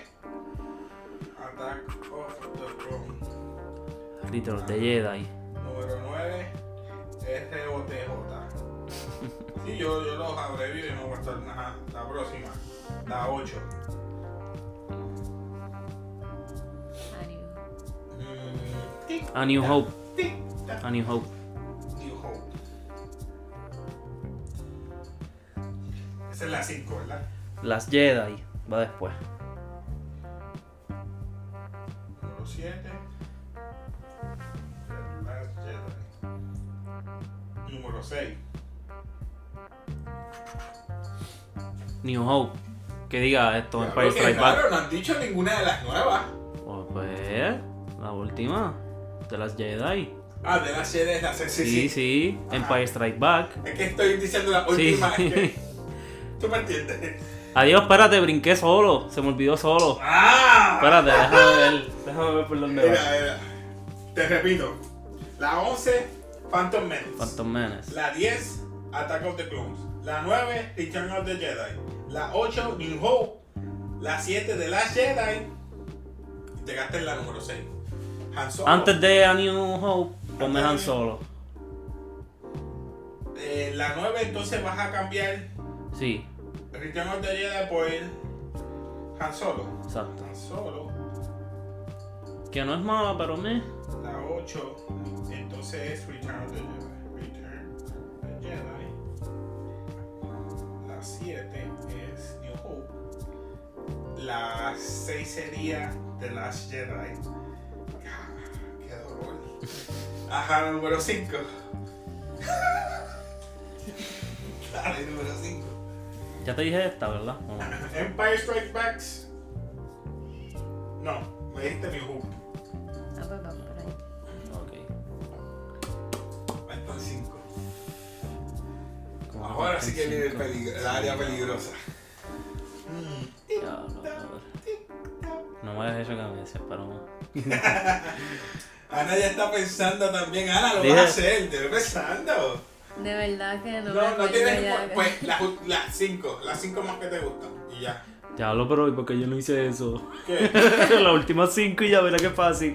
D: Attack of the Clones.
B: Return of the Jedi.
D: Número 9, ROTJ. Sí, yo, yo los abrevié y no voy a estar nada. La próxima, la 8.
C: (laughs) Ánimo.
D: Mm,
B: A New Hope.
D: Tic, tac,
B: A New Hope.
D: New Hope. Esa es la 5, ¿verdad?
B: Las Jedi. Va después.
D: Número 7. Last Jedi. Número 6.
B: New Hope. Que diga esto, Empire Strikes Back.
D: Claro, no han dicho ninguna de las nuevas.
B: Oh, pues, la última. De las Jedi.
D: Ah, de las Jedi, las sí, sí.
B: Sí, sí. Empire Strike Back.
D: Es que estoy diciendo la
B: Sí.
D: última. es
B: (laughs)
D: que- ¿Tú me entiendes?
B: Adiós, espérate, brinqué solo. Se me olvidó solo.
D: ¡Ah!
B: Espérate, déjame ver. Déjame ver por dónde va.
D: Mira, mira. Te repito. La 11, Phantom Menace.
B: Phantom Menace.
D: La 10, Attack of the Clones. La 9, Return of the Jedi. La 8, New Hope. La 7, The Last Jedi. Y te gasté en la número 6. Han Solo.
B: Antes de A New Hope, ponme Han Solo.
D: Eh, la 9, entonces vas a cambiar
B: Sí,
D: Return of the Jedi por Han Solo.
B: exacto.
D: Han Solo.
B: Que no es mala, pero me.
D: La 8, entonces es Return of the Jedi. Return of the Jedi. La 7 es New Hope. La 6 sería The Last Jedi. Ah, ¡Qué dolor! Ajá, la número 5. (laughs) Dale, número 5.
B: Ya te dije esta, ¿verdad? ¿O no?
D: Empire Strikes Backs. No, me diste New Hope.
C: Ah, pues vamos por ahí.
B: Ok.
D: Faltan 5.
B: Como
D: Ahora sí que viene el,
B: cinco.
D: peligro, el área peligrosa.
B: Diablo, brother. No me dejes hecho que me separó.
D: Ana ya está pensando también. Ana, lo
B: Dije-
D: vas a hacer, te estoy pensando.
C: De verdad que no,
D: No,
C: me
D: no,
C: acuerdo
D: tienes.
C: ya.
D: cu- Pues las ju- las cinco, las cinco más que te gustan. Y ya.
B: Diablo, pero ¿y por qué yo no hice eso? (laughs)
D: ¿Qué? (laughs)
B: Las últimas cinco y ya verá qué fácil.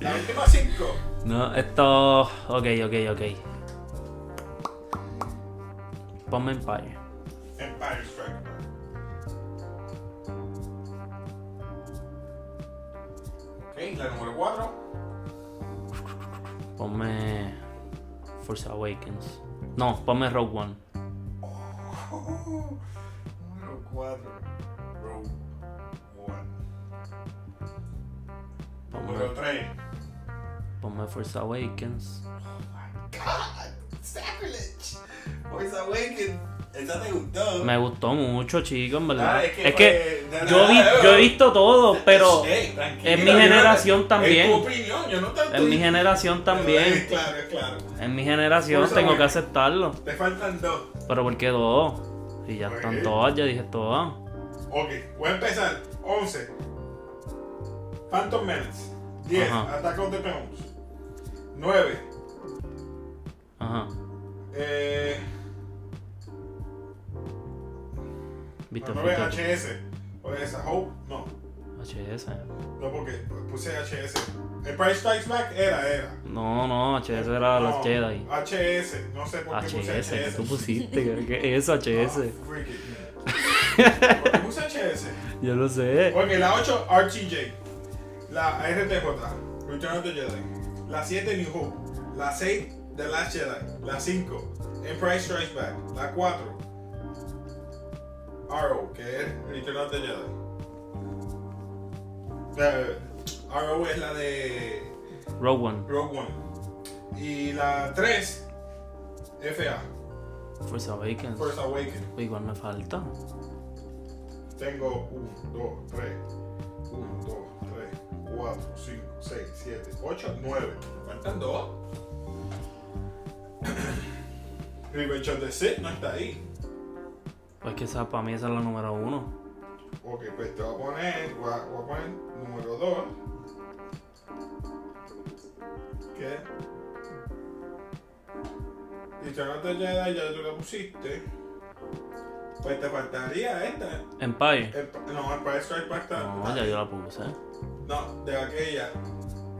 D: Las últimas cinco.
B: No, esto. Ok, ok, ok. Ponme Empire.
D: Empire Strike. Back. Ok, la número cuatro.
B: Ponme. Force Awakens. No, ponme Rogue One.
D: Oh, Número cuatro. Rogue One.
B: Ponme,
D: Número tres.
B: ponme Force Awakens.
D: God, sacrilege. Voice Awakened. Esa te gustó.
B: Me gustó mucho, chico, en verdad.
D: Ah,
B: es que, yo, vi, yo he visto todo,
D: (laughs)
B: pero en mi generación también.
D: Es tu opinión, yo no te estoy-
B: en mi generación
D: Es
B: también.
D: Claro, es claro.
B: En mi generación
D: Force
B: tengo que
D: Awakens.
B: aceptarlo.
D: Te faltan dos.
B: Pero ¿por qué dos? Y ya están
D: Ok.
B: todas, ya dije todas.
D: Ok, voy a empezar. 11. Phantom Menace. 10.
B: Ajá.
D: Attack of the Clones. 9.
B: Ajá.
D: Eh,
B: Viste,
D: la 9
B: fíjate.
D: Pues HS. O esa Hope. No.
B: HS.
D: No, porque puse HS. Empire Strikes Back era, era.
B: No, no, HS era
D: No,
B: Ah, los Jedi.
D: HS, no sé por qué puse
B: HS, ¿qué
D: HS.
B: tú pusiste? ¿Qué es HS?
D: Ah, freaky. ¿Por qué puse HS?
B: Yo lo sé.
D: Ok, la 8, RTJ. La RTJ, Return of the Jedi. La 7, New Hope. La 6, The Last Jedi. La 5, Empire Strikes Back. La 4, Arrow, que es Return of the Jedi. Eh, Arrow es la de
B: Rogue One,
D: Rogue One. Y la 3, FA,
B: Force Awakens.
D: First Awakening.
B: Igual me falta.
D: Tengo 1, 2, 3, 1, 2, 3, 4, 5, 6, 7, 8, 9. Faltan 2. (coughs) Revenge of the Sith no está ahí.
B: Pues que esa, para mí esa es la número uno.
D: Ok, pues te voy a poner, voy a, voy a poner número 2. ¿Qué? Y tú no te Jedi ya tú la pusiste. Pues te faltaría esta.
B: Empire.
D: El- no, el Price Strike Back está.
B: No, ya yo la puse.
D: No, de aquella.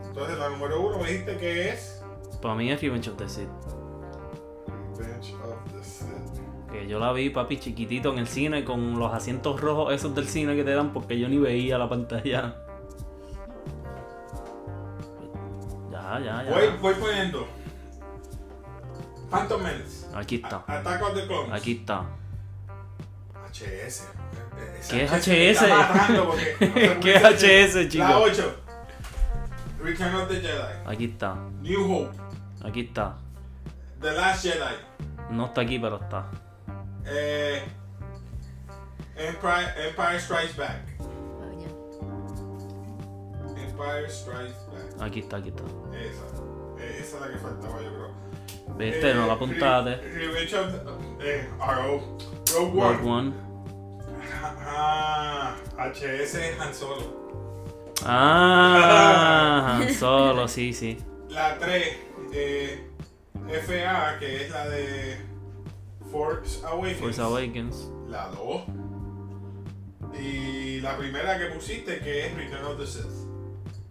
D: Entonces la número uno me dijiste que es
B: Para mí es Revenge of the Sith.
D: Revenge of the Sith.
B: Que yo la vi, papi, chiquitito en el cine con los asientos rojos esos del cine que te dan porque yo ni veía la pantalla. Ya, ya, ya.
D: Voy, voy poniendo. Phantom Menace.
B: Aquí
D: A-
B: está.
D: Attack of the Clones.
B: Aquí está.
D: HS. Eh, Esa
B: ¿Qué es
D: HS? me está
B: HS? (laughs)
D: matando porque no sé por
B: ¿Qué es HS, chico?
D: La 8. Return of the Jedi.
B: Aquí está.
D: New Hope.
B: Aquí está.
D: The Last Jedi.
B: No está aquí, pero está.
D: Eh, Empire, Empire Strikes Back.
C: Oye,
D: Empire Strikes Back.
B: Aquí está, aquí está.
D: Esa. Eh, Esa es la que faltaba, yo creo.
B: Viste,
D: Eh,
B: no la apuntaste.
D: Re- Revenge of the- eh, Arrow. Rogue One.
B: Rogue One.
D: Ah, HS Han Solo. (laughs)
B: Ah, Han Solo, sí, sí.
D: La 3, eh, FA, que es la de Force Awakens.
B: Force Awakens.
D: La 2. Y la primera que pusiste, que es Return of the Sith.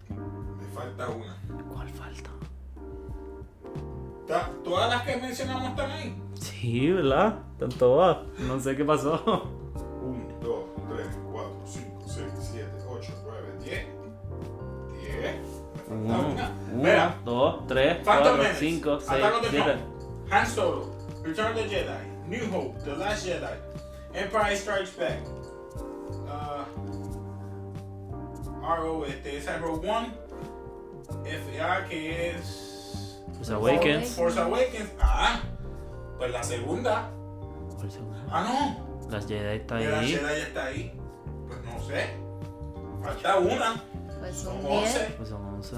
D: Me falta una.
B: ¿Cuál falta?
D: Ta- Todas las que mencionamos están ahí.
B: Sí, ¿verdad? Tanto va. No sé qué pasó.
D: 1, 2, 3, 4, 5, 6, 7, 8, 9, 10. 10. Me falta (laughs) una.
B: 1,
D: Mira,
B: 2, 3,
D: Phantom
B: 4,
D: Menace.
B: 5, 6,
D: Attack of the
B: 7.
D: Clone. Han Solo. Return of the Jedi. New Hope. The Last Jedi. Empire Strikes Back. Uh, RO, este es Rogue One. FA, que es.
B: Force Awakens.
D: Force Awakens. Ah, pues la segunda.
B: Force Awakens.
D: Ah, no.
B: Las Jedi está
D: The Last
B: ahí.
D: Jedi ya está ahí. Pues no sé. Falta una.
C: Pues son
D: Son
C: 10.
D: 11.
B: Pues son 11.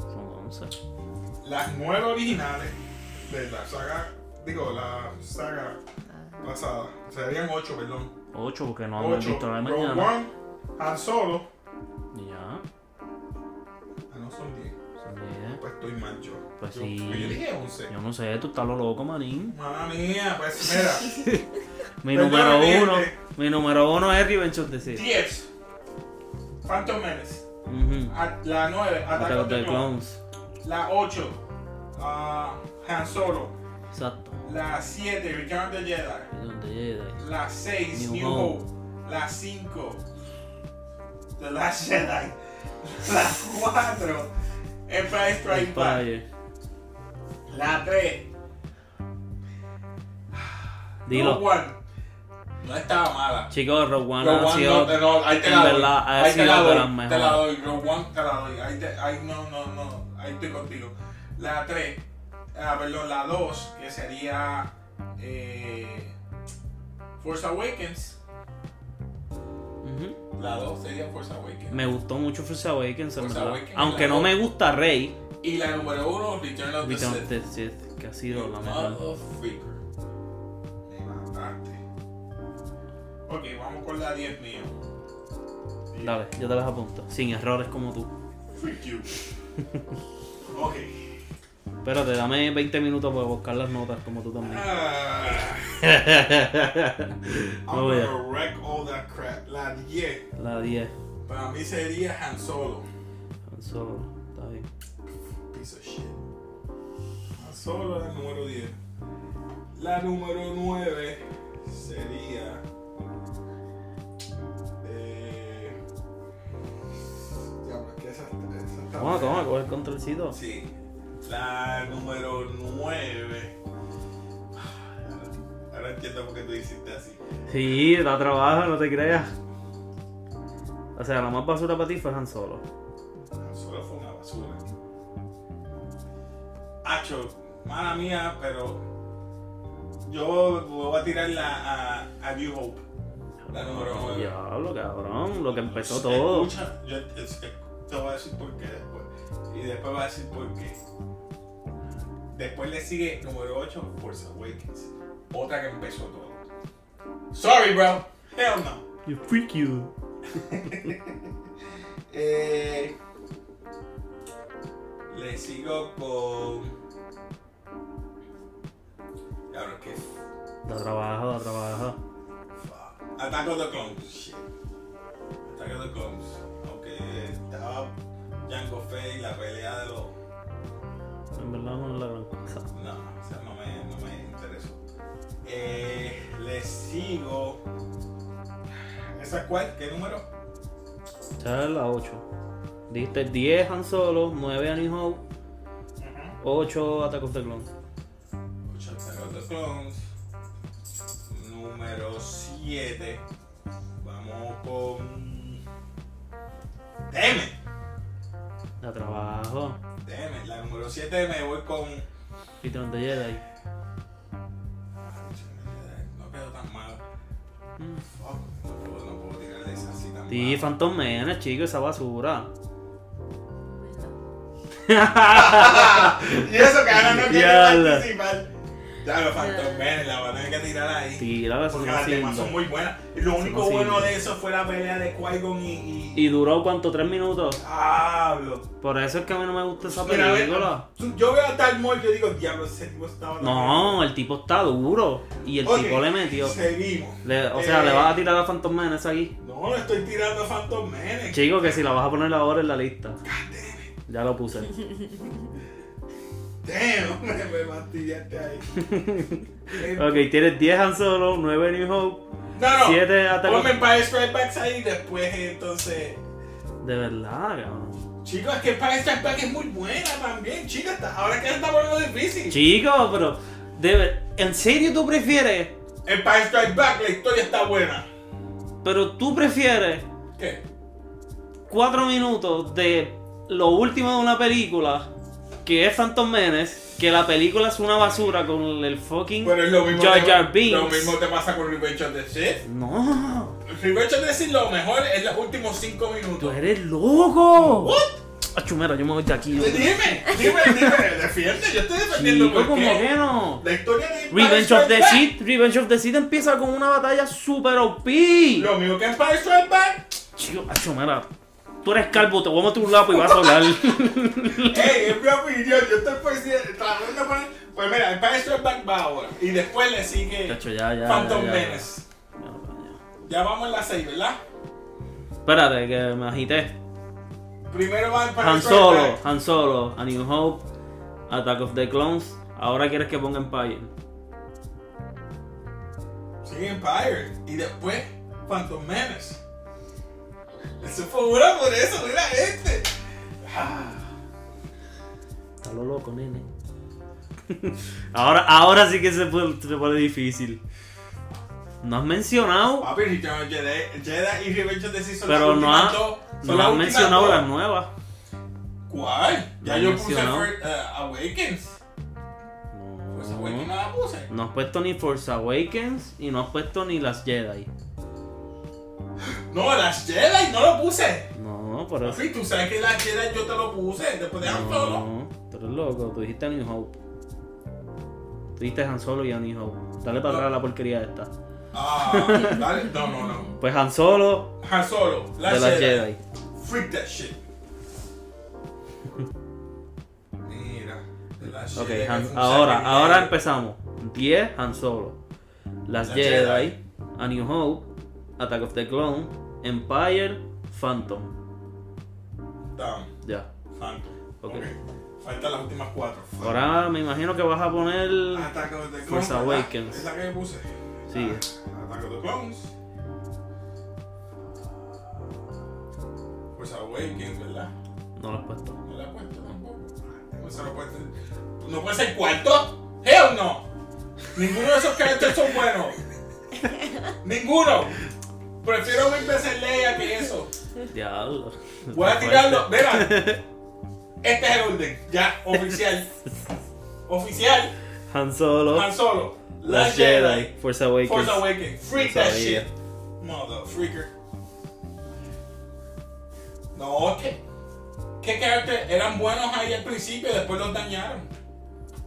B: Son 11.
D: Las nueve originales de la saga. Digo, la saga pasada. Serían ocho, perdón.
B: 8 porque no hemos
D: Ocho,
B: visto la de
D: Rogue
B: mañana.
D: One, Han Solo.
B: Y Ya,
D: Ah, no son 10.
B: son 10.
D: Pues estoy mal yo.
B: Pues
D: yo,
B: sí.
D: Yo dije 11.
B: Yo no sé, tú estás lo loco, manín.
D: Mala mía, pues
B: (laughs)
D: mira.
B: Mi
D: Perdón,
B: número
D: mi gente.
B: 1. Mi número 1 es Revenge of the Sith.
D: 10. Phantom Menace.
B: Ujú.
D: A- la 9, Attack
B: Attack
D: of the Clones.
B: Clones.
D: La 8, ah, Han Solo.
B: Exacto.
D: La 7, Return of the Jedi.
B: Es donde Jedi.
D: La 6,
B: New
D: New,
B: Hope.
D: Hope. La 5, The Last Jedi. (laughs) La 4, Empire Strikes Back.
B: Empire.
D: La 3, Rogue
B: Dilo.
D: One. No estaba mala.
B: Chicos, Rogue One
D: Rogue
B: ha
D: One
B: sido.
D: no, te- no, ahí te la
B: en
D: doy.
B: verdad, ha
D: ahí te
B: sido
D: la
B: de
D: doy.
B: las mejores.
D: Te la doy, Rogue One te la doy. Ahí, te- ahí no, no, no. Ahí estoy contigo. La 3, ah, perdón, la 2, que sería eh, Force Awakens.
B: Ujú.
D: La 2 sería Force Awakens.
B: Me gustó mucho Force Awakens, en
D: Force
B: verdad.
D: Awakens,
B: Aunque
D: la
B: no
D: dos.
B: me gusta Rey,
D: Y la número 1, Return of the
B: Return of
D: Sith.
B: the Sith, que ha sido la
D: Ah, oh.
B: mejor.
D: Motherfucker. Me mataste. Ok, vamos con la 10 mía.
B: Dale, yo te las apunto. Sin errores como tú.
D: Freak you. ok.
B: Espérate, dame 20 minutos para buscar las notas como tú también.
D: Ah, I'm
B: No voy
D: gonna
B: a.
D: wreck all that crap. La 10.
B: La 10.
D: Para mí sería Han Solo.
B: Han Solo, está bien.
D: Piece of shit. Han Solo era el número 10. La número 9 sería. Eh, ya, pero es que esa, esa está
B: Toma,
D: buena.
B: toma, coge el controlcito.
D: Sí. La número 9. Ahora entiendo por qué tú hiciste así.
B: Sí, da trabajo, no te creas. O sea, la más basura para ti fue Han Solo.
D: Solo fue una basura. Hacho, mala mía, pero yo voy a tirarla a, a New Hope. La número nueve.
B: Oh, Diablo, cabrón, lo que empezó todo.
D: Escucha, yo es que te voy a decir por qué después. Y después voy a decir por qué. Después le sigue número 8, Force Awakens. Otra que empezó todo. Sorry, bro. Hell no.
B: You freak you.
D: Eh, le sigo con. Claro, que.
B: Da trabajo, da trabajo.
D: fuck. Attack of the Clones. Shit. Attack of the Clones. Aunque estaba Jango Fett y la pelea de los.
B: En verdad no es la gran cosa.
D: No, o sea, no me, no me interesó. Eh, le sigo. ¿Esa cuál? ¿Qué número?
B: Esa es la 8. Dijiste 10 Han Solo, 9 Annie Hope, 8 Attack of the Clones.
D: Escucha, Attack of the Clones. Número 7. Vamos con. Deme.
B: Da trabajo.
D: Deme. La número 7 me voy con.
B: Return the Jedi.
D: No quedó tan mal. Fuck. No puedo, no puedo tirarle esa así tan
B: Sí,
D: mal.
B: Phantom Menace, chico, esa basura.
C: ¿verdad?
D: Y eso que ahora no quiere
B: Diablo.
D: participar. Ya lo Phantom Menace, la van a tener que tirar ahí.
B: Tírala, eso
D: Porque
B: no
D: las demás
B: sirve.
D: son muy buenas. Y Lo único
B: no
D: bueno
B: sirve.
D: de eso fue la pelea de Qui-Gon y. y...
B: Y duró cuánto, 3 minutos.
D: Diablo.
B: Por eso es que a mí no me gusta esa
D: Mira, a ver,
B: película.
D: tú- yo veo a tal mol, yo digo, diablo, ese tipo estaba.
B: No, el tipo está duro. Y el
D: Ok,
B: tipo le metió.
D: Seguimos.
B: Le- o sea,
D: Eh,
B: le vas a tirar a Phantom Menace aquí.
D: No, no estoy tirando a Phantom Menace.
B: Chico, que si la vas a poner ahora en la lista. Ya lo
D: (laughs)
B: puse.
D: Damn, (laughs) me, me fastidiaste ahí. Eh,
B: (laughs) Ok, tienes 10 Han Solo, 9 New Hope.
D: no, no.
B: siete hasta-
D: Ponme Empire Strike Backs ahí después, entonces.
B: De verdad, cabrón.
D: Chicos, es que Empire Strike Back es muy buena también, chicas. Ahora que se está volviendo difícil.
B: Chico, pero. De ver- ¿En serio tú prefieres?
D: Empire Strike Back, la historia está buena.
B: Pero tú prefieres
D: ¿Qué?
B: 4 minutos de lo último de una película que es Phantom Menace, que la película es una basura con el fucking.
D: Pero es lo mismo,
B: Jar
D: te-
B: Jar Binks.
D: lo mismo te pasa con Revenge of the Sith.
B: No,
D: Revenge of the Sith lo mejor es los últimos 5
B: tú
D: minutos.
B: eres loco.
D: What?
B: Ah, chumera, yo me voy de aquí.
D: Dime, dime, dime, defiende, yo estoy defendiendo
B: Chico,
D: por
B: como
D: qué.
B: que no.
D: La historia de Empire
B: Revenge of
D: Strikes
B: the
D: Back,
B: Sith, Revenge of the Sith empieza con una batalla super OP.
D: Lo mismo que Empire Strikes Back.
B: Chico, acho, mira, tú eres calvo, te voy a meter un lapo y vas a hablar.
D: Ey, es mi opinión, yo estoy pues, eh, tratando de poner. Pues mira, Empire Strikes Back va ahora. Y después le sigue
B: Chacho, ya, ya.
D: Phantom
B: ya, ya.
D: Menace.
B: Ya, ya.
D: Ya vamos en la 6, ¿verdad?
B: Espérate, que me agité.
D: Primero va Empire
B: Han
D: Strikes
B: Solo,
D: Back.
B: Han Solo, A New Hope, Attack of the Clones. Ahora quieres que ponga Empire.
D: Sigue Empire. Y después Phantom Menace. Eso fue una por eso, mira este.
B: Está lo loco, nene. (laughs) ahora, ahora sí que se puede- se pone difícil. No has mencionado,
D: Papi, Return of Jedi, Jedi y Revenge of the Sith Ah, son las
B: pero no
D: últimas
B: has,
D: dos-
B: no
D: son las
B: has
D: últimas
B: mencionado
D: dos.
B: las nuevas.
D: ¿Cuál? Ya
B: No
D: yo
B: mencionó.
D: puse Fir- eh, Awakens. Pues Awakens no la puse.
B: No has puesto ni Force Awakens y no has puesto ni las Jedi.
D: No, las Jedi no lo puse.
B: No, por eso.
D: Papi, tú sabes que las Jedi yo te lo puse. Después de Han Solo.
B: No, tú eres loco, tú dijiste New Hope. Tú dijiste Han Solo y a New Hope. Dale para atrás a la porquería esta. (laughs)
D: Ah, dale. No, no, no.
B: Pues Han Solo
D: Han Solo, las
B: de las
D: Jedi.
B: Jedi.
D: Freak that shit. Mira, de las
B: Ok,
D: Jedi
B: Han-
D: es un
B: ahora,
D: sacrilegio.
B: ahora empezamos. 10 Han Solo. Las
D: Las
B: Jedi,
D: Jedi.
B: A New Hope, Attack of the Clone, Empire, Phantom.
D: Down.
B: Ya.
D: Phantom.
B: Ok.
D: ok. Faltan las últimas cuatro.
B: Ahora me imagino que vas a poner.
D: Attack of the Clones.
B: Force
D: ¿verdad?
B: Awakens.
D: Esa que puse.
B: Sí.
D: Ah, Attack of the Clones. Force Awakens, ¿verdad?
B: No lo has puesto.
D: No la he puesto tampoco. Ah, Eso no puede ser. ¿No puede ser cuarto? ¡Hell no! Ninguno de esos characters son buenos. Ninguno. Prefiero mil veces Leia que eso.
B: Diablo.
D: Voy a tirarlo. Mira. Este es el orden. Ya, oficial. Oficial.
B: Han Solo.
D: Han Solo.
B: Last Jedi. Force Awakens.
D: Force Awakens. Freak
B: No
D: that
B: sabía.
D: shit. Motherfreaker. No, ¿qué? ¿Qué characters eran buenos ahí al principio y después los dañaron?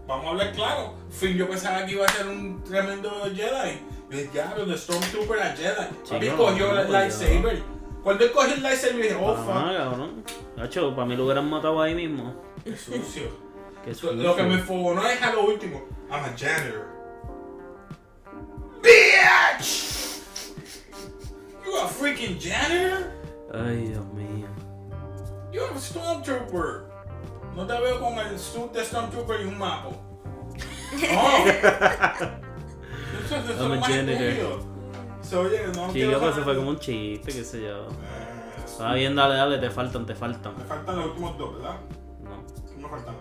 D: Vamos a hablar claro. Finn, yo pensaba que iba a ser un tremendo Jedi. Y el diablo, The Stormtrooper a Jedi. Papi
B: Chico,
D: cogió
B: no
D: el
B: podía.
D: lightsaber. Cuando él cogió el lightsaber, dije, oh,
B: Ah,
D: fuck,
B: cabrón. Hacho, para mí lo hubieran matado ahí mismo.
D: qué sucio.
B: Qué
D: Lo- Lo que
B: sucio.
D: me fogonó es a lo último. I'm a janitor. Bitch! You a freaking janitor?
B: Ay, Dios mío.
D: You a stormtrooper. No te veo con el suit de stormtrooper y un mapa.
B: (laughs)
D: No. Eso es eso
B: I'm a
D: es más
B: janitor.
D: estúpido. So, oye, no
B: Sí,
D: quiero
B: loco, eso
D: saber-
B: fue como un chiste, qué sé yo.
D: Eh,
B: Está bien, dale, dale, te faltan, te faltan.
D: Me faltan los últimos dos, ¿verdad?
B: No,
D: ¿Qué me faltan?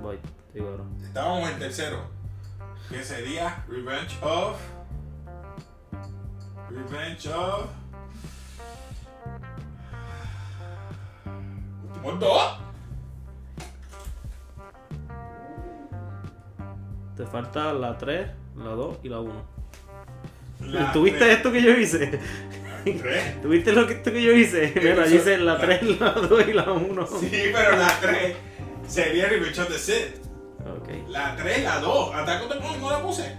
B: voy, estoy cabrón.
D: Estábamos en el tercero. Que sería Revenge of. Revenge of. Últimos dos.
B: Te falta la 3, la 2 y la 1. (laughs)
D: La
B: ¿Tuviste
D: tres.
B: esto que yo hice?
D: La tres.
B: ¿Tuviste lo que, esto que yo hice? Mira, yo hice la
D: la-
B: 3, la 2 y la 1.
D: Sí, pero la 3 sería Revenge of the Sith.
B: Ok.
D: La 3, la 2. Ataco de no la puse.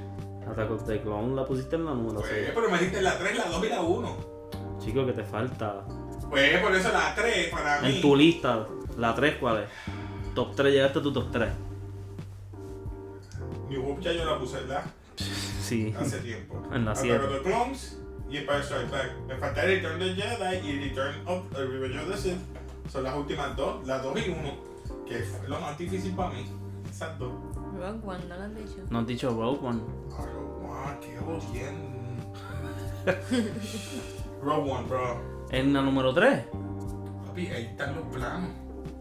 B: Attack of the Clone la pusiste en la número
D: Pues,
B: 6.
D: pero me dijiste la 3, la 2 y la 1.
B: Chico, que te falta.
D: Pues por eso la 3 para mí.
B: En tu lista, la 3, ¿cuál es? Top 3, llegaste a tu top 3.
D: Mi Hope ya yo la puse, ¿verdad?
B: Sí. (laughs)
D: hace tiempo.
B: En la
D: Attack
B: siete.
D: of the Clones y Empire Strikes Back. Me falta Return of the Jedi y Return of the Revenge of the Sith. Son las últimas dos, las dos y uno, que fue lo más difícil para mí. Esas dos.
C: Rogue One, no lo han dicho.
B: No has dicho Rogue One.
D: Rogue One, qué bien.
B: (laughs)
D: Rogue One, bro.
B: En la número 3.
D: Papi, ahí están los planos.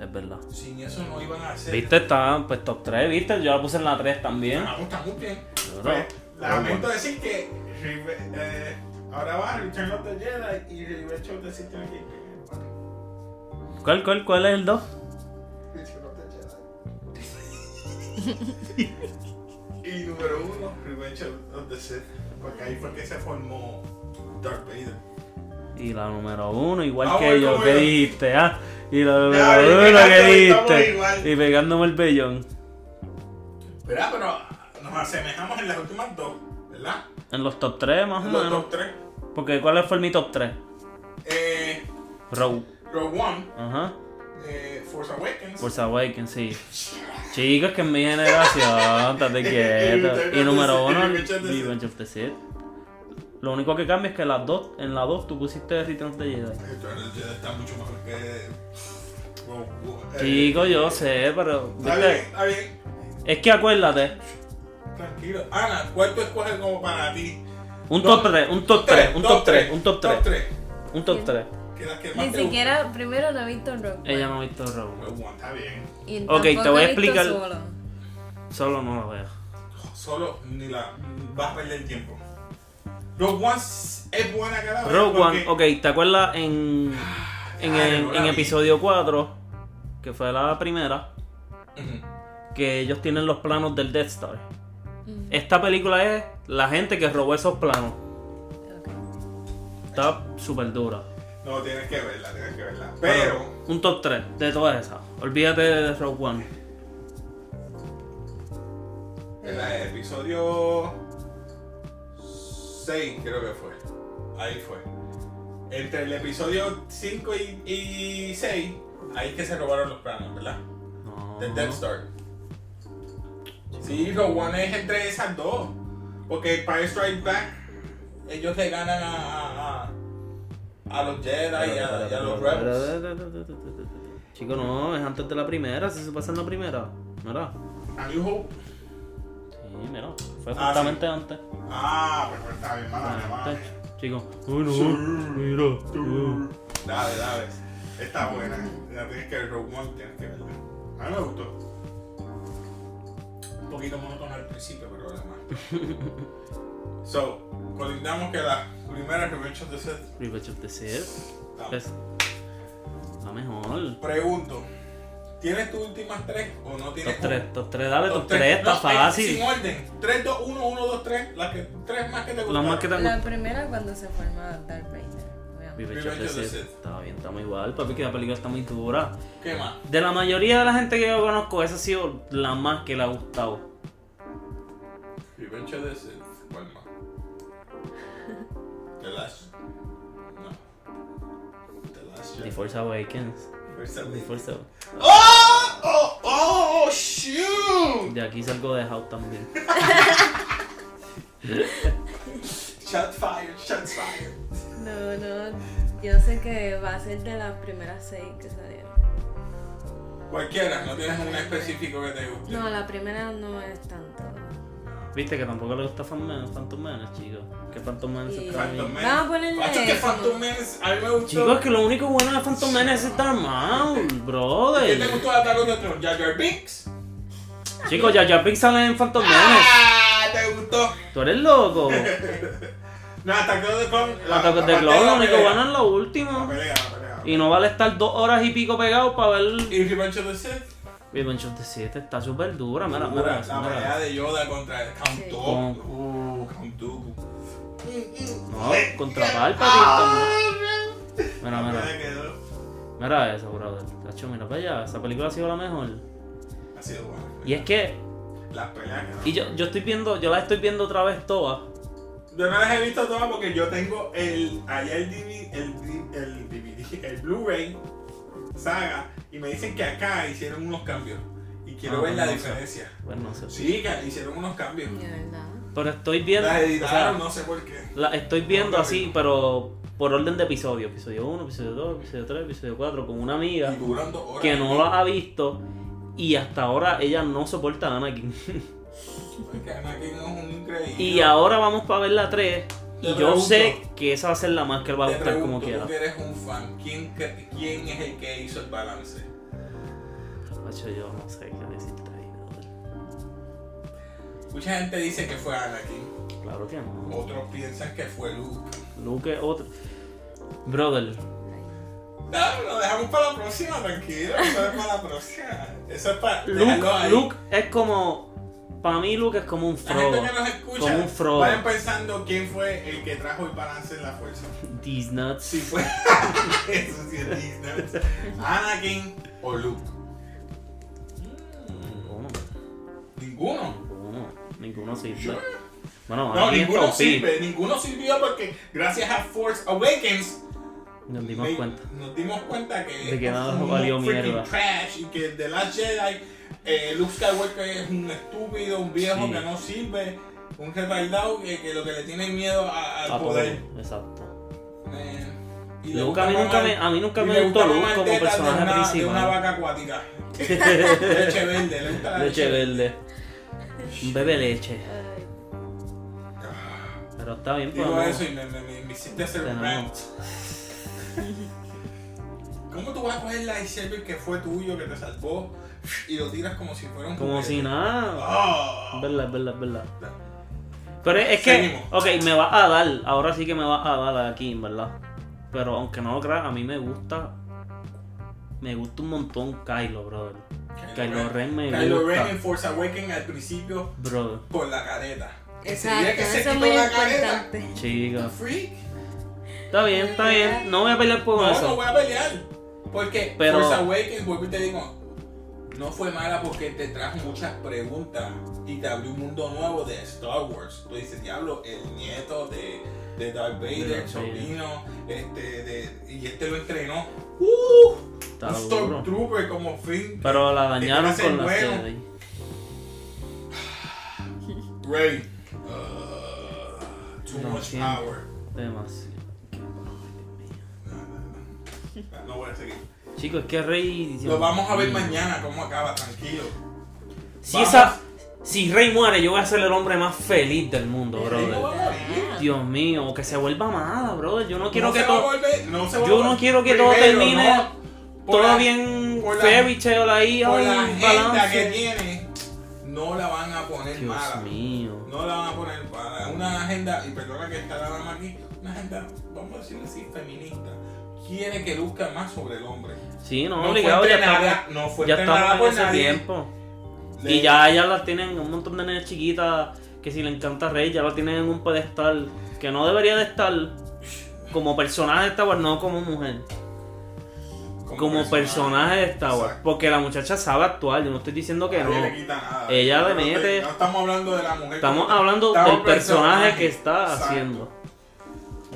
B: Es verdad.
D: Sin eso no iban a hacer.
B: Viste, está pues top 3, viste. Yo la puse en la 3 también.
D: Ah, pues, está muy bien.
B: Claro.
D: Lamento decir que Reve- eh, ahora va Return of the Jedi y Revenge of the Sith tiene que ir primero, papi.
B: ¿Cuál, cuál, cuál es el 2?
D: y número uno, Revenge of the Sith. Porque ahí fue que se formó Darth Vader.
B: Y la número 1, igual
D: Ah,
B: que
D: bueno,
B: yo,
D: como
B: ¿qué
D: yo.
B: dijiste? Ah? Y la
D: Ya,
B: número 1 que
D: y pegándome, estamos
B: dijiste.
D: igual.
B: Y pegándome el pellón.
D: ¿Verdad? Pero nos asemejamos en las últimas dos, ¿verdad?
B: En los top 3 más o
D: En los
B: menos.
D: top tres.
B: Porque ¿cuál fue mi top 3?
D: Eh,
B: Rogue.
D: Rogue One,
B: Ajá.
D: eh, Force Awakens.
B: Force Awakens, sí. Chicos, que es mi generación,
D: (laughs)
B: estate quieto. Y número uno, Revenge of the Sith. Lo único que cambia es que las dos, en la 2 tú pusiste Return of the Jedi.
D: Return of the Jedi está mucho mejor que Rogue One. Eh,
B: Chico, yo sé, pero.
D: Está
B: ¿viste?
D: bien, está bien.
B: Es que acuérdate,
D: Tranquilo. Ana, ¿cuál tú escoges como para ti?
B: un
D: Dos-
B: top 3, un top 3, un top 3, un top 3,
D: tres.
B: un top 3.
D: Que las que más
C: Ni
D: te gustan.
C: siquiera, primero no he visto Rogue One.
B: Ella no ha visto Rogue.
D: Rogue One, está bien.
C: Y
B: Ok, te
C: tampoco
B: voy a
C: he visto
B: explicar-
C: Solo.
B: Solo no la veo.
D: Solo ni la vas a perder tiempo. Rogue One es buena cada vez.
B: Rogue One,
D: porque-
B: ok, ¿te acuerdas en, en,
D: Ay,
B: en-
D: no la
B: en
D: vi.
B: episodio 4, que fue la primera,
D: Ujú.
B: que ellos tienen los planos del Death Star?
C: Mm,
B: Esta película es la gente que robó esos planos.
C: ok.
B: Está súper dura.
D: No, tienes que verla, tienes que verla. Pero,
B: Un top 3 de todas esas. Olvídate de Rogue One.
D: en el episodio 6 creo que fue. Ahí fue. Entre el episodio 5 y, 6, ahí es que se robaron los planos, ¿verdad?
B: No.
D: Del Death Star. Sí, Rogue One es entre esas dos. Porque para Strike Back, ellos le ganan a, a- a-
E: a los Jedi y a, y a los Rebels.
B: Chico, no, es antes de la primera, si se pasa en la primera. Mira.
D: A New Hope.
B: Sí, mira. Fue
E: Ah,
B: justamente antes.
D: Ah, pues pues, está bien, mala mía, mala
B: Antes,
D: mía.
B: Chico. Uy,
D: Sí.
B: no. Mira.
D: Dale, dale. Está buena. La tienes que ver, Rogue One, tienes que verla. A mí me gustó. Un poquito monótono al principio, pero lo demás. so, colindamos que la primera Revenge of the Sith.
B: Revenge of the Sith.
D: está-
B: Es la mejor.
D: Pregunto, ¿tienes tus últimas tres o no tienes?
B: Top 3, top 3, dale,
D: Top
B: top 3, está
D: No, eh,
B: fácil.
D: Sin orden. 3, 2, 1, 1, 2, 3. Las que, tres más que te
B: Las
D: gustan.
B: más que te
C: La primera cuando se forma Darth Vader. obviamente.
B: Revenge of the
D: Revenge of the
B: Sith.
D: Sith.
B: Está bien, estamos igual, papi, que la película está muy dura.
D: ¿Qué más?
B: De la mayoría de la gente que yo conozco, esa ha sido la más que le ha gustado.
D: Revenge of the Sith. ¿Cuál más? (laughs) The Last. No. The Last
B: The
D: Jedi.
B: Force Awakens.
D: First
B: The
D: Awakens.
B: Force Awakens.
D: ¡Oh! ¡Oh! ¡Oh! ¡Shoot!
B: De aquí salgo de House también.
D: Shot fired, shot fired.
C: No, no. Yo sé que va a ser de las primeras seis que salieron.
D: Cualquiera, no tienes un específico que te guste.
C: No, la primera no es tanto.
B: Viste que tampoco le gusta Phantom Man, Phantom Man, chicos. Que Phantom Man se
C: Y-
B: está
D: Phantom
B: bien.
D: Man.
C: Vamos a ponerle
D: Macho, que
C: eso.
D: Phantom Man, es- a mí me gustó.
B: Chicos, que lo único bueno de Phantom Man es estar mal,
D: ¿Qué te
B: brother.
D: gustó de Attack on the Throne? ¿Jar Jar Binks?
B: Chicos, ya ya sale en Phantom Man.
D: ¡Ah! ¿Te gustó?
B: Tú eres
D: (laughs)
B: loco.
D: No, Attack on the Clone. la-
B: Hasta que
D: la
B: te
D: parte
B: clon,
D: de la
B: lo único
D: pelea.
B: bueno es lo
D: La
B: último.
D: pelea, la pelea.
B: Y no vale estar dos horas y pico pegado para ver.
D: Y Revenge of the Sith.
B: Revenge of the Sith está súper dura, Ah, mira,
D: Dura,
B: mira.
D: la pelea
B: mira.
D: de Yoda contra el Count
C: Sí.
D: Dooku. Uh, Count Dooku.
B: No, contra
D: Ah.
B: Palpatine también. Mira,
D: La
B: mira.
D: pelea quedó.
B: Mira eso, brother. Tacho, mira para allá. Esa película ha sido la mejor.
D: Ha sido buena.
B: Y es que.
D: Las peleas quedaron.
B: Y yo, yo estoy viendo, yo la estoy viendo otra vez toda.
D: Yo no las he visto todas porque yo tengo el. Allá el DVD. El, D- (laughs) el DVD. El Blu-ray. Saga. Y me dicen que acá hicieron unos cambios. Y quiero
B: Ah,
D: ver la
B: no sé.
D: diferencia.
B: Bueno, Pues no sé.
D: Sí, que hicieron unos cambios.
C: De verdad.
B: Pero estoy viendo.
D: Las
B: o sea,
D: editaron, no sé por qué.
B: La estoy viendo
D: Ok.
B: así, pero por orden de episodio. Episodio 1, episodio 2, episodio 3, episodio 4, con una amiga
D: Y duran dos horas.
B: que no la ha visto y hasta ahora ella no soporta a
D: (laughs)
B: Anakin.
D: Porque Anakin es un increíble.
B: Y ahora vamos para ver la 3
D: Te
B: y yo
D: pregunto.
B: sé que esa va a ser la más que él va a
D: Te
B: gustar como
D: pregunto,
B: quiera.
D: tú que eres un fan, ¿quién, cre- ¿quién es el que hizo el balance?
B: Macho, yo no sé qué decirte ahí, brother.
D: Mucha gente dice que fue Anakin,
B: Claro que no.
D: otros piensan que fue Luke.
B: Luke es otro. Brother,
D: No, lo dejamos para la próxima, tranquilo. Eso es para la próxima. Eso es para.
B: Luke,
D: dejarlo ahí.
B: Luke es como. Para mí, Luke es como un
D: La gente
B: Frodo.
D: que nos escucha,
B: Como un Frodo.
D: vayan pensando quién fue el que trajo el balance en la fuerza.
B: These nuts.
D: Si fue. (laughs) Eso sí es Disney. Anakin o Luke. Mm,
B: Ninguno,
D: Ninguno.
B: ninguno, ninguno sirve. Bueno,
D: No,
B: aquí
D: ninguno
B: esto sí.
D: sirve, ninguno sirvió porque gracias a Force Awakens
B: Nos dimos
D: me-
B: cuenta.
D: nos dimos cuenta que,
B: De que nada
D: es un
B: valió
D: freaking
B: mierda.
D: trash y que The Last Jedi, eh, Luke Skywalker es un estúpido, un viejo
B: Sí.
D: que no sirve, un retardado que, que lo que le tiene miedo a- al
B: A todo.
D: poder.
B: Exacto.
D: Eh, y le
B: Luke, a,
D: gusta
B: mí nunca
D: mamar-
B: me, a mí nunca
D: y
B: me
D: le
B: gustó
D: gusta
B: Luke
D: mamar
B: como
D: tetas de
B: personaje
D: una- De una
B: principal.
D: vaca
B: (laughs)
D: acuática. leche verde, le gusta la
B: Leche verde. Bebe leche.
C: Ay,
B: Pero está bien, pues.
D: Digo
B: no.
D: eso y me, me, me, me hiciste hacer un rant.
B: Tenemos-
D: (laughs) ¿Cómo tú vas a coger el lightsaber que fue tuyo, que te salvó, y lo tiras como si fuera un
B: Como
D: juguete?
B: si nada.
D: Ah.
B: Verdad, verdad, verdad. Pero es que,
D: Seguimos.
B: ok, me va a dar, ahora sí que me va a dar aquí, en verdad. Pero aunque no lo creas, a mí me gusta, me gusta un montón Kylo, brother. Kylo Ren me
D: Kylo Ren
B: gusta,
D: en Force Awakens al principio
B: brother.
D: por la careta. Ese día
C: Exacto,
D: que se
C: eso es
D: quitó
C: muy
D: la careta,
C: importante.
B: Chica.
D: freak.
B: Está bien, está bien. No voy a pelear por
D: No, no
B: eso.
D: voy a pelear. Porque
B: Pero-
D: Force Awakens, vuelvo y te digo, no fue mala porque te trajo muchas preguntas y te abrió un mundo nuevo de Star Wars. Tú dices, diablo, el nieto de, de Darth Vader,
B: Darth
D: el sobrino, este, de, y este lo entrenó. ¡Uh!
B: Está
D: un
B: duro.
D: Stormtrooper como Finn.
B: Pero la dañaron
D: Este va a
B: con
D: ser
B: la
D: bueno.
B: Jedi.
D: Rey. Uh, too
B: No,
D: much
B: sí.
D: power.
B: Demasiado. Qué- ay, Dios mío.
D: No voy a seguir.
B: Chicos, es que Rey. Mm.
D: Lo vamos a ver mañana cómo acaba, tranquilo.
B: Si, esa, si Rey muere, yo voy a ser el hombre más feliz del mundo, brother. Dios mío, que se vuelva amada, brother. Yo no quiero que todo. Yo no quiero que todo termine todo bien
D: por la-
B: fairy tale ahí,
D: Por
B: ay,
D: la agenda que
B: balance.
D: tiene, no la van a poner
B: Dios
D: mala.
B: mío.
D: No la van a poner para una agenda, y perdona que está la dama aquí, una agenda, vamos a decirle así, feminista. Quiere que luzca más sobre el hombre.
B: Sí, no,
D: No fue
B: obligado, ya
D: entrenada,
B: estamos,
D: no fue
B: ya
D: entrenada
B: estamos
D: por
B: en ese
D: nadie.
B: tiempo.
D: Le-
B: Y ya ellas las tienen, un montón de nenas chiquitas que si le encanta Rey, ya la tienen en un pedestal que no debería de estar como personaje de Star Wars, no como mujer. Como personaje de Star Wars.
D: Exacto.
B: Porque la muchacha sabe actuar, yo no estoy diciendo que no.
D: Nadie le quita nada.
B: Ella le
D: No te-
B: mete-
D: No estamos hablando de la mujer.
B: Estamos
D: como-
B: hablando
D: estamos
B: del personaje
D: personaje.
B: que está
D: Exacto.
B: haciendo.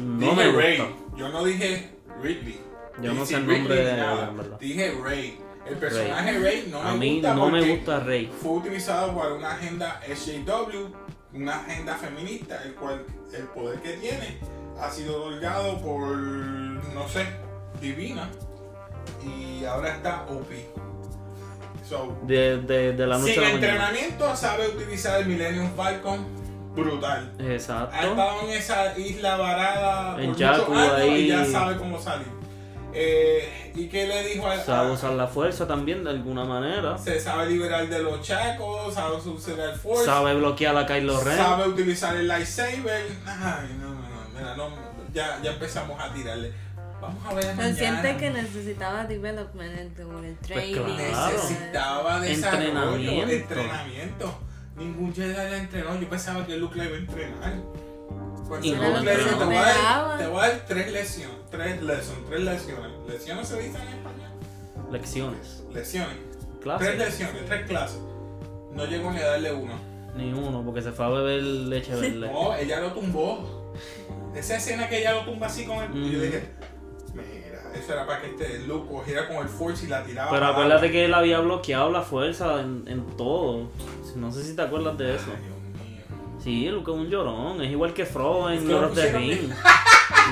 B: No
D: Dije
B: me gusta.
D: Rey. Yo no dije Ridley.
B: Yo no
D: Dije
B: sé el nombre de
D: Ridley ni
B: ella,
D: nada.
B: en verdad.
D: Dije Rey. El personaje Rey, no me
B: A mí
D: gusta
B: no me
D: porque
B: gusta Rey.
D: Fue utilizado para una agenda SJW, una agenda feminista, el cual el poder que tiene ha sido otorgado por, no sé, Divina. Y ahora está OP. So,
B: De, de, de la noche
D: sin
B: a la mañana.
D: entrenamiento sabe utilizar el Millennium Falcon brutal. Ha
B: Exacto.
D: estado Ah, en esa isla varada por
B: En
D: muchos
B: Jakku,
D: años
B: ahí.
D: y ya sabe cómo salir. Eh, ¿Y qué le dijo al
B: Sabe
D: a-
B: usar la fuerza también de alguna manera.
D: ah. Se sabe liberar de los chacos, sabe subsidiar el Force,
B: Sabe bloquear a Kylo Ren.
D: sabe utilizar el lightsaber. Ay, no, no, no, mira, no, ya, ya empezamos a tirarle. Vamos a ver mañana.
C: Consciente que necesitaba development en tu- en
D: Pues
C: el training.
B: claro.
D: Necesitaba desarrollo,
B: Entrenamiento.
D: entrenamiento. Ningún Jedi la entrenó. Yo pensaba que Luke la iba a entrenar. Pues
B: Y
D: Luke
B: no
D: la
B: la
D: entrenó. te, voy a
C: entrenaba.
D: dar, te voy a dar tres lesiones. Tres lesiones. Tres lesiones. ¿Lesiones se dicen en español?
B: Lecciones.
D: Lesiones.
B: Ah,
D: Tres
B: Clases.
D: lesiones, tres clases. No llegó ni a darle uno.
B: Ni uno, porque se fue a beber leche verde.
D: No, ella lo tumbó. Esa escena que ella lo tumba así con el. y Yo
B: Ujú.
D: dije, mira, eso era para que este Luke cogiera con el Force y la tiraba.
B: Pero
D: para
B: acuérdate que él había bloqueado la fuerza en, en todo. No sé si te acuerdas de eso.
D: Ay, Dios mío.
B: Sí, Luke es un llorón. Es igual que Frodo
D: Es
B: en
D: que lo
B: Lord of the
D: pusieron (laughs)
B: Rings.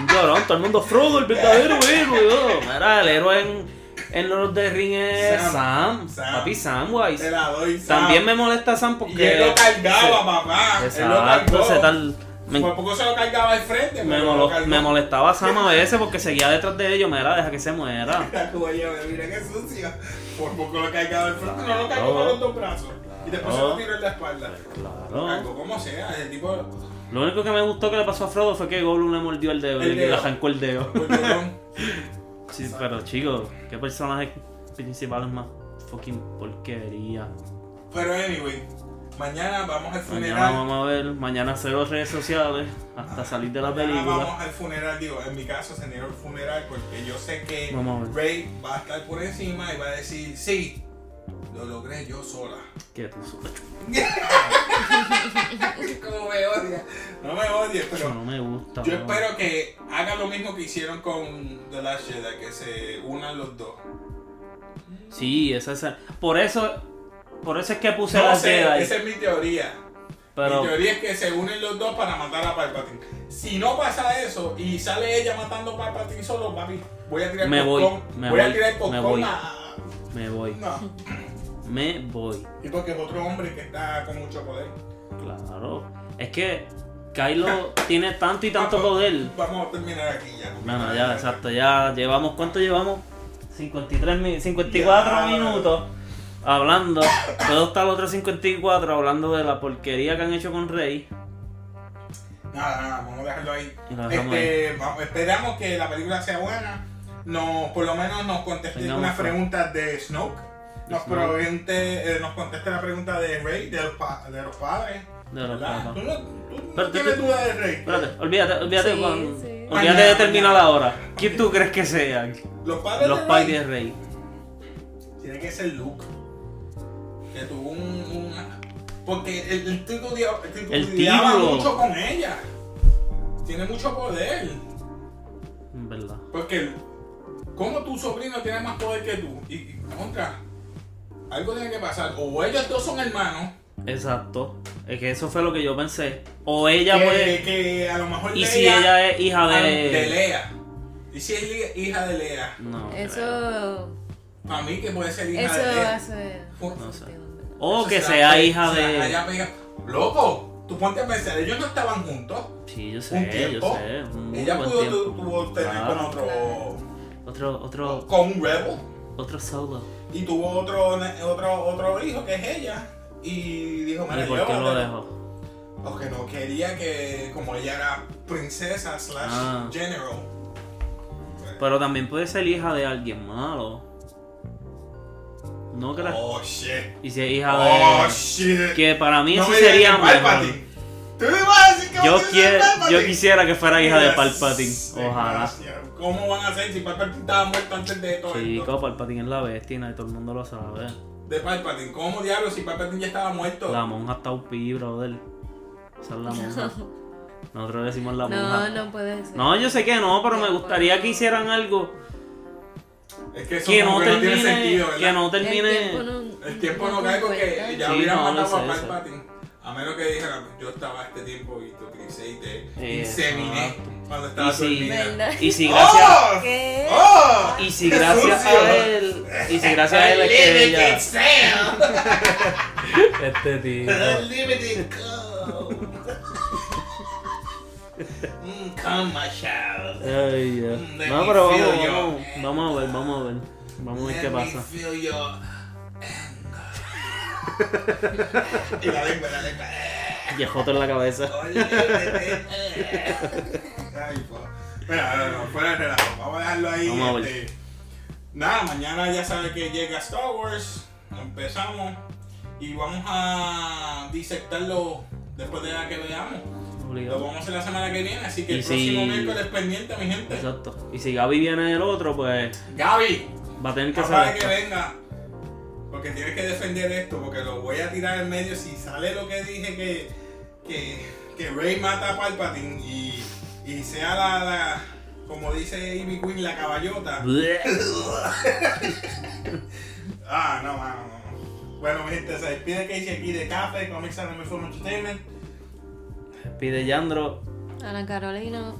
B: Un llorón, todo el mundo. Frodo, el verdadero héroe. oh. Mira, el héroe en, en Lord of the Rings es Sam.
D: Sam, Sam.
B: Papi Samwise.
D: Te la doy, Sam.
B: También me molesta Sam porque.
D: Y él lo cargaba,
B: se-
D: papá. Él lo
B: Exacto,
D: cargó.
B: se tal. Me,
D: Por poco se lo cargaba al frente.
B: me
D: pero
B: molo-
D: lo cargó.
B: me
D: (laughs)
B: molestaba Sam a veces porque seguía detrás de ellos. Mira, deja que se muera.
D: Oye, mira qué sucio. Por poco lo cargaba al frente. No lo cargó con los dos brazos. Y después se lo tiró en la espalda. Lo
B: Claro.
D: cargó como sea. El tipo.
B: Lo único que me gustó que le pasó a Frodo fue que Gollum le mordió el dedo
D: El
B: y le
D: dedo.
B: arrancó el dedo.
D: Pues, perdón.
B: Sí, pero chicos, qué personaje principal es más fucking porquería.
D: Pero anyway, mañana vamos al
B: Mañana
D: funeral.
B: vamos a ver, mañana cero redes sociales hasta salir de la
D: Mañana
B: película.
D: vamos al funeral, digo, en mi caso se negó el funeral porque yo sé que
B: Vamos a ver.
D: Rey va a estar por encima y va a decir, sí, lo logré yo sola.
B: Que tú sabes,
D: Como me odia. No me odies, pero
B: no me gusta.
D: yo
B: no.
D: espero que hagan lo mismo que hicieron con The Last Jedi, que se unan los dos.
B: Sí, esa es Por eso, por eso es que puse
D: No
B: las
D: sé,
B: Jedi.
D: esa es mi teoría.
B: pero
D: Mi teoría es que se unen los dos para matar a Palpatine. Si no pasa eso y sale ella matando a Palpatine solo, papi, voy a tirar
B: Me voy,
D: popcorn.
B: me
D: voy a
B: voy,
D: tirar
B: me
D: popcorn
B: voy.
D: a-
B: me voy,
D: No.
B: me voy.
D: Y porque es otro hombre que está con mucho poder.
B: Claro. Es que
D: (laughs)
B: Kylo tiene tanto y tanto
D: Vamos-
B: poder.
D: Vamos a terminar aquí ya.
B: No, no, ya, exacto, ya llevamos, ¿cuánto llevamos? 53, mi- 54
D: Ya.
B: minutos hablando. Puedo estar los otros 54 hablando de la porquería que han hecho con Rey.
D: Nada, nada, vamos a dejarlo ahí.
B: Y lo dejamos
D: Este, vamos- esperamos que la película sea buena. Nos, por lo menos nos conteste
B: Tengamos
D: unas
B: fe.
D: preguntas de Snoke. Nos,
B: Snoke.
D: pregunte- eh, nos conteste la pregunta de Rey, de los, pa- de los padres.
B: De los
D: ¿verdad?
B: papás.
D: Tú no, tú no
B: Pero tú-
D: tienes
B: tú-
D: duda de Rey.
B: Espérate, olvídate, olvídate,
C: Sí,
B: Juan,
C: sí.
B: olvídate
D: Mañana,
B: de terminar
D: mañana.
B: ahora. ¿Quién tú crees que sean?
D: Los padres
B: Los
D: de
B: pais
D: Rey
B: de Rey.
D: tiene que ser Luke. Que tuvo un. un- porque el, el tipo dia- el tipo
B: El
D: diaba
B: título.
D: mucho con ella. Tiene mucho poder.
B: En verdad.
D: Porque, ¿cómo tu sobrino tiene más poder que tú? Y, y, contra, algo tiene que pasar. O ellos dos son hermanos.
B: Exacto. Es que eso fue lo que yo pensé. O ella
D: que,
B: fue.
D: que a lo mejor
B: Y
D: Leia-
B: si ella es hija
D: ah,
B: de.
D: Lea. Y ¿Y si es li- hija de Lea?
B: No. creo.
C: Eso.
D: Para mí que puede ser hija
C: Eso
D: de Lea.
C: hace.
D: Fu-
B: No sé.
C: sentido, en verdad.
B: O
D: Eso
B: que
D: se la
B: sea
D: pe-
B: hija
D: se la
B: de.
D: haya pegado. Loco, tú ponte a pensar, ellos no estaban juntos.
B: Sí, yo
D: un
B: sé, yo
D: tiempo.
B: sé. un
D: Ella
B: buen
D: pudo
B: tiempo.
D: tu- tuvo tener con
B: Claro.
D: otro.
B: Otro, otro,
D: con un rebel.
B: otro solo.
D: Y tuvo otro, ne- otro, otro hijo que es ella. Y dijo,
B: ¿Y
D: mira, yo.
B: por qué lo
D: pero-
B: dejó?
D: Porque no quería que, como ella era princesa slash
B: Ah.
D: general.
B: Pero también puede ser hija de alguien malo. No que la-
D: Oh shit.
B: Y si es hija
D: Oh
B: de.
D: shit.
B: Que para mí
D: no
B: eso
D: me digas
B: sería
D: que
B: mejor.
D: Palpatine. Tú me vas a decir que
B: Yo,
D: vas a ser
B: quie- yo
D: Palpatine.
B: quisiera que fuera hija de
D: Yes,
B: Palpatine. Ojalá.
D: desgraciado. ¿Cómo van a ser si Palpatine estaba muerto antes de todo esto?
B: Chico, Palpatine es la bestia y todo el mundo lo sabe.
D: De Palpatine. ¿Cómo diablos si Palpatine ya estaba muerto?
B: La monja está un pi, brother. Esa es la
C: (laughs)
B: monja. Nosotros decimos la monja.
C: No, no puede ser.
B: No, yo sé que no, pero me gustaría que hicieran algo
D: es que eso
B: que no
D: como que no tiene
B: termine.
D: sentido, ¿verdad?
B: Que no
C: El tiempo
B: termine.
C: no,
D: El tiempo no cae porque
C: concuerda.
D: ya
B: Sí,
D: hubieran
B: no,
D: matado
B: no
D: a
B: sé, eso.
D: Palpatine. A menos que dijeran, yo estaba este tiempo y te utilicé y te
B: Eh,
D: inseminé
B: exacto.
D: cuando estaba
B: Y si-
D: dormida.
C: ¿Verdad?
B: Y si gracias.
D: ¡Oh!
C: ¿Qué?
D: ¡Oh!
B: Y si
D: ¡Qué
B: gracias
D: sucio!
B: a él. Y si gracias a él es que ella.
D: sale.
B: Este
D: (laughs)
B: tío.
D: Unlimited come. Mm, come, my child.
B: Ay, ya.
D: Mm, let
B: No,
D: me
B: pero
D: feel
B: vamos,
D: your
B: vamos,
D: hand.
B: vamos a ver, vamos a ver. Vamos a ver qué
D: Let me
B: pasa.
D: feel your anger. (laughs) y la lengua, la lengua.
B: Y el joto en la cabeza.
D: Ay, po. Mira, no, no, fuera de relajo. Vamos a dejarlo ahí.
B: Vamos a
D: este. Nada, mañana ya sabe que llega Star Wars. Empezamos. Y vamos a disectarlo después de la que veamos. Lo
B: Obligado.
D: vamos a hacer la semana que viene, así que el
B: Y
D: próximo
B: si-
D: miércoles pendiente, mi gente.
B: Exacto. Y si Gaby viene el otro, pues
D: Gaby,
B: va a tener que
D: ahora
B: hacer
D: Ah, que
B: esto.
D: venga. Porque tienes que defender esto, porque lo voy a tirar en medio. Si sale lo que dije que, que, que Rey mata a Palpatine y, y sea la, la- como dice Ivy Queen, la caballota.
B: Bleh.
D: Ah, no, mano, no, no. Bueno, mi gente, se despide Casey aquí de Café, Comics and Reform Entertainment.
B: Pide Yandro.
C: Ana Carolina.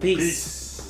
B: Peace.
D: Peace.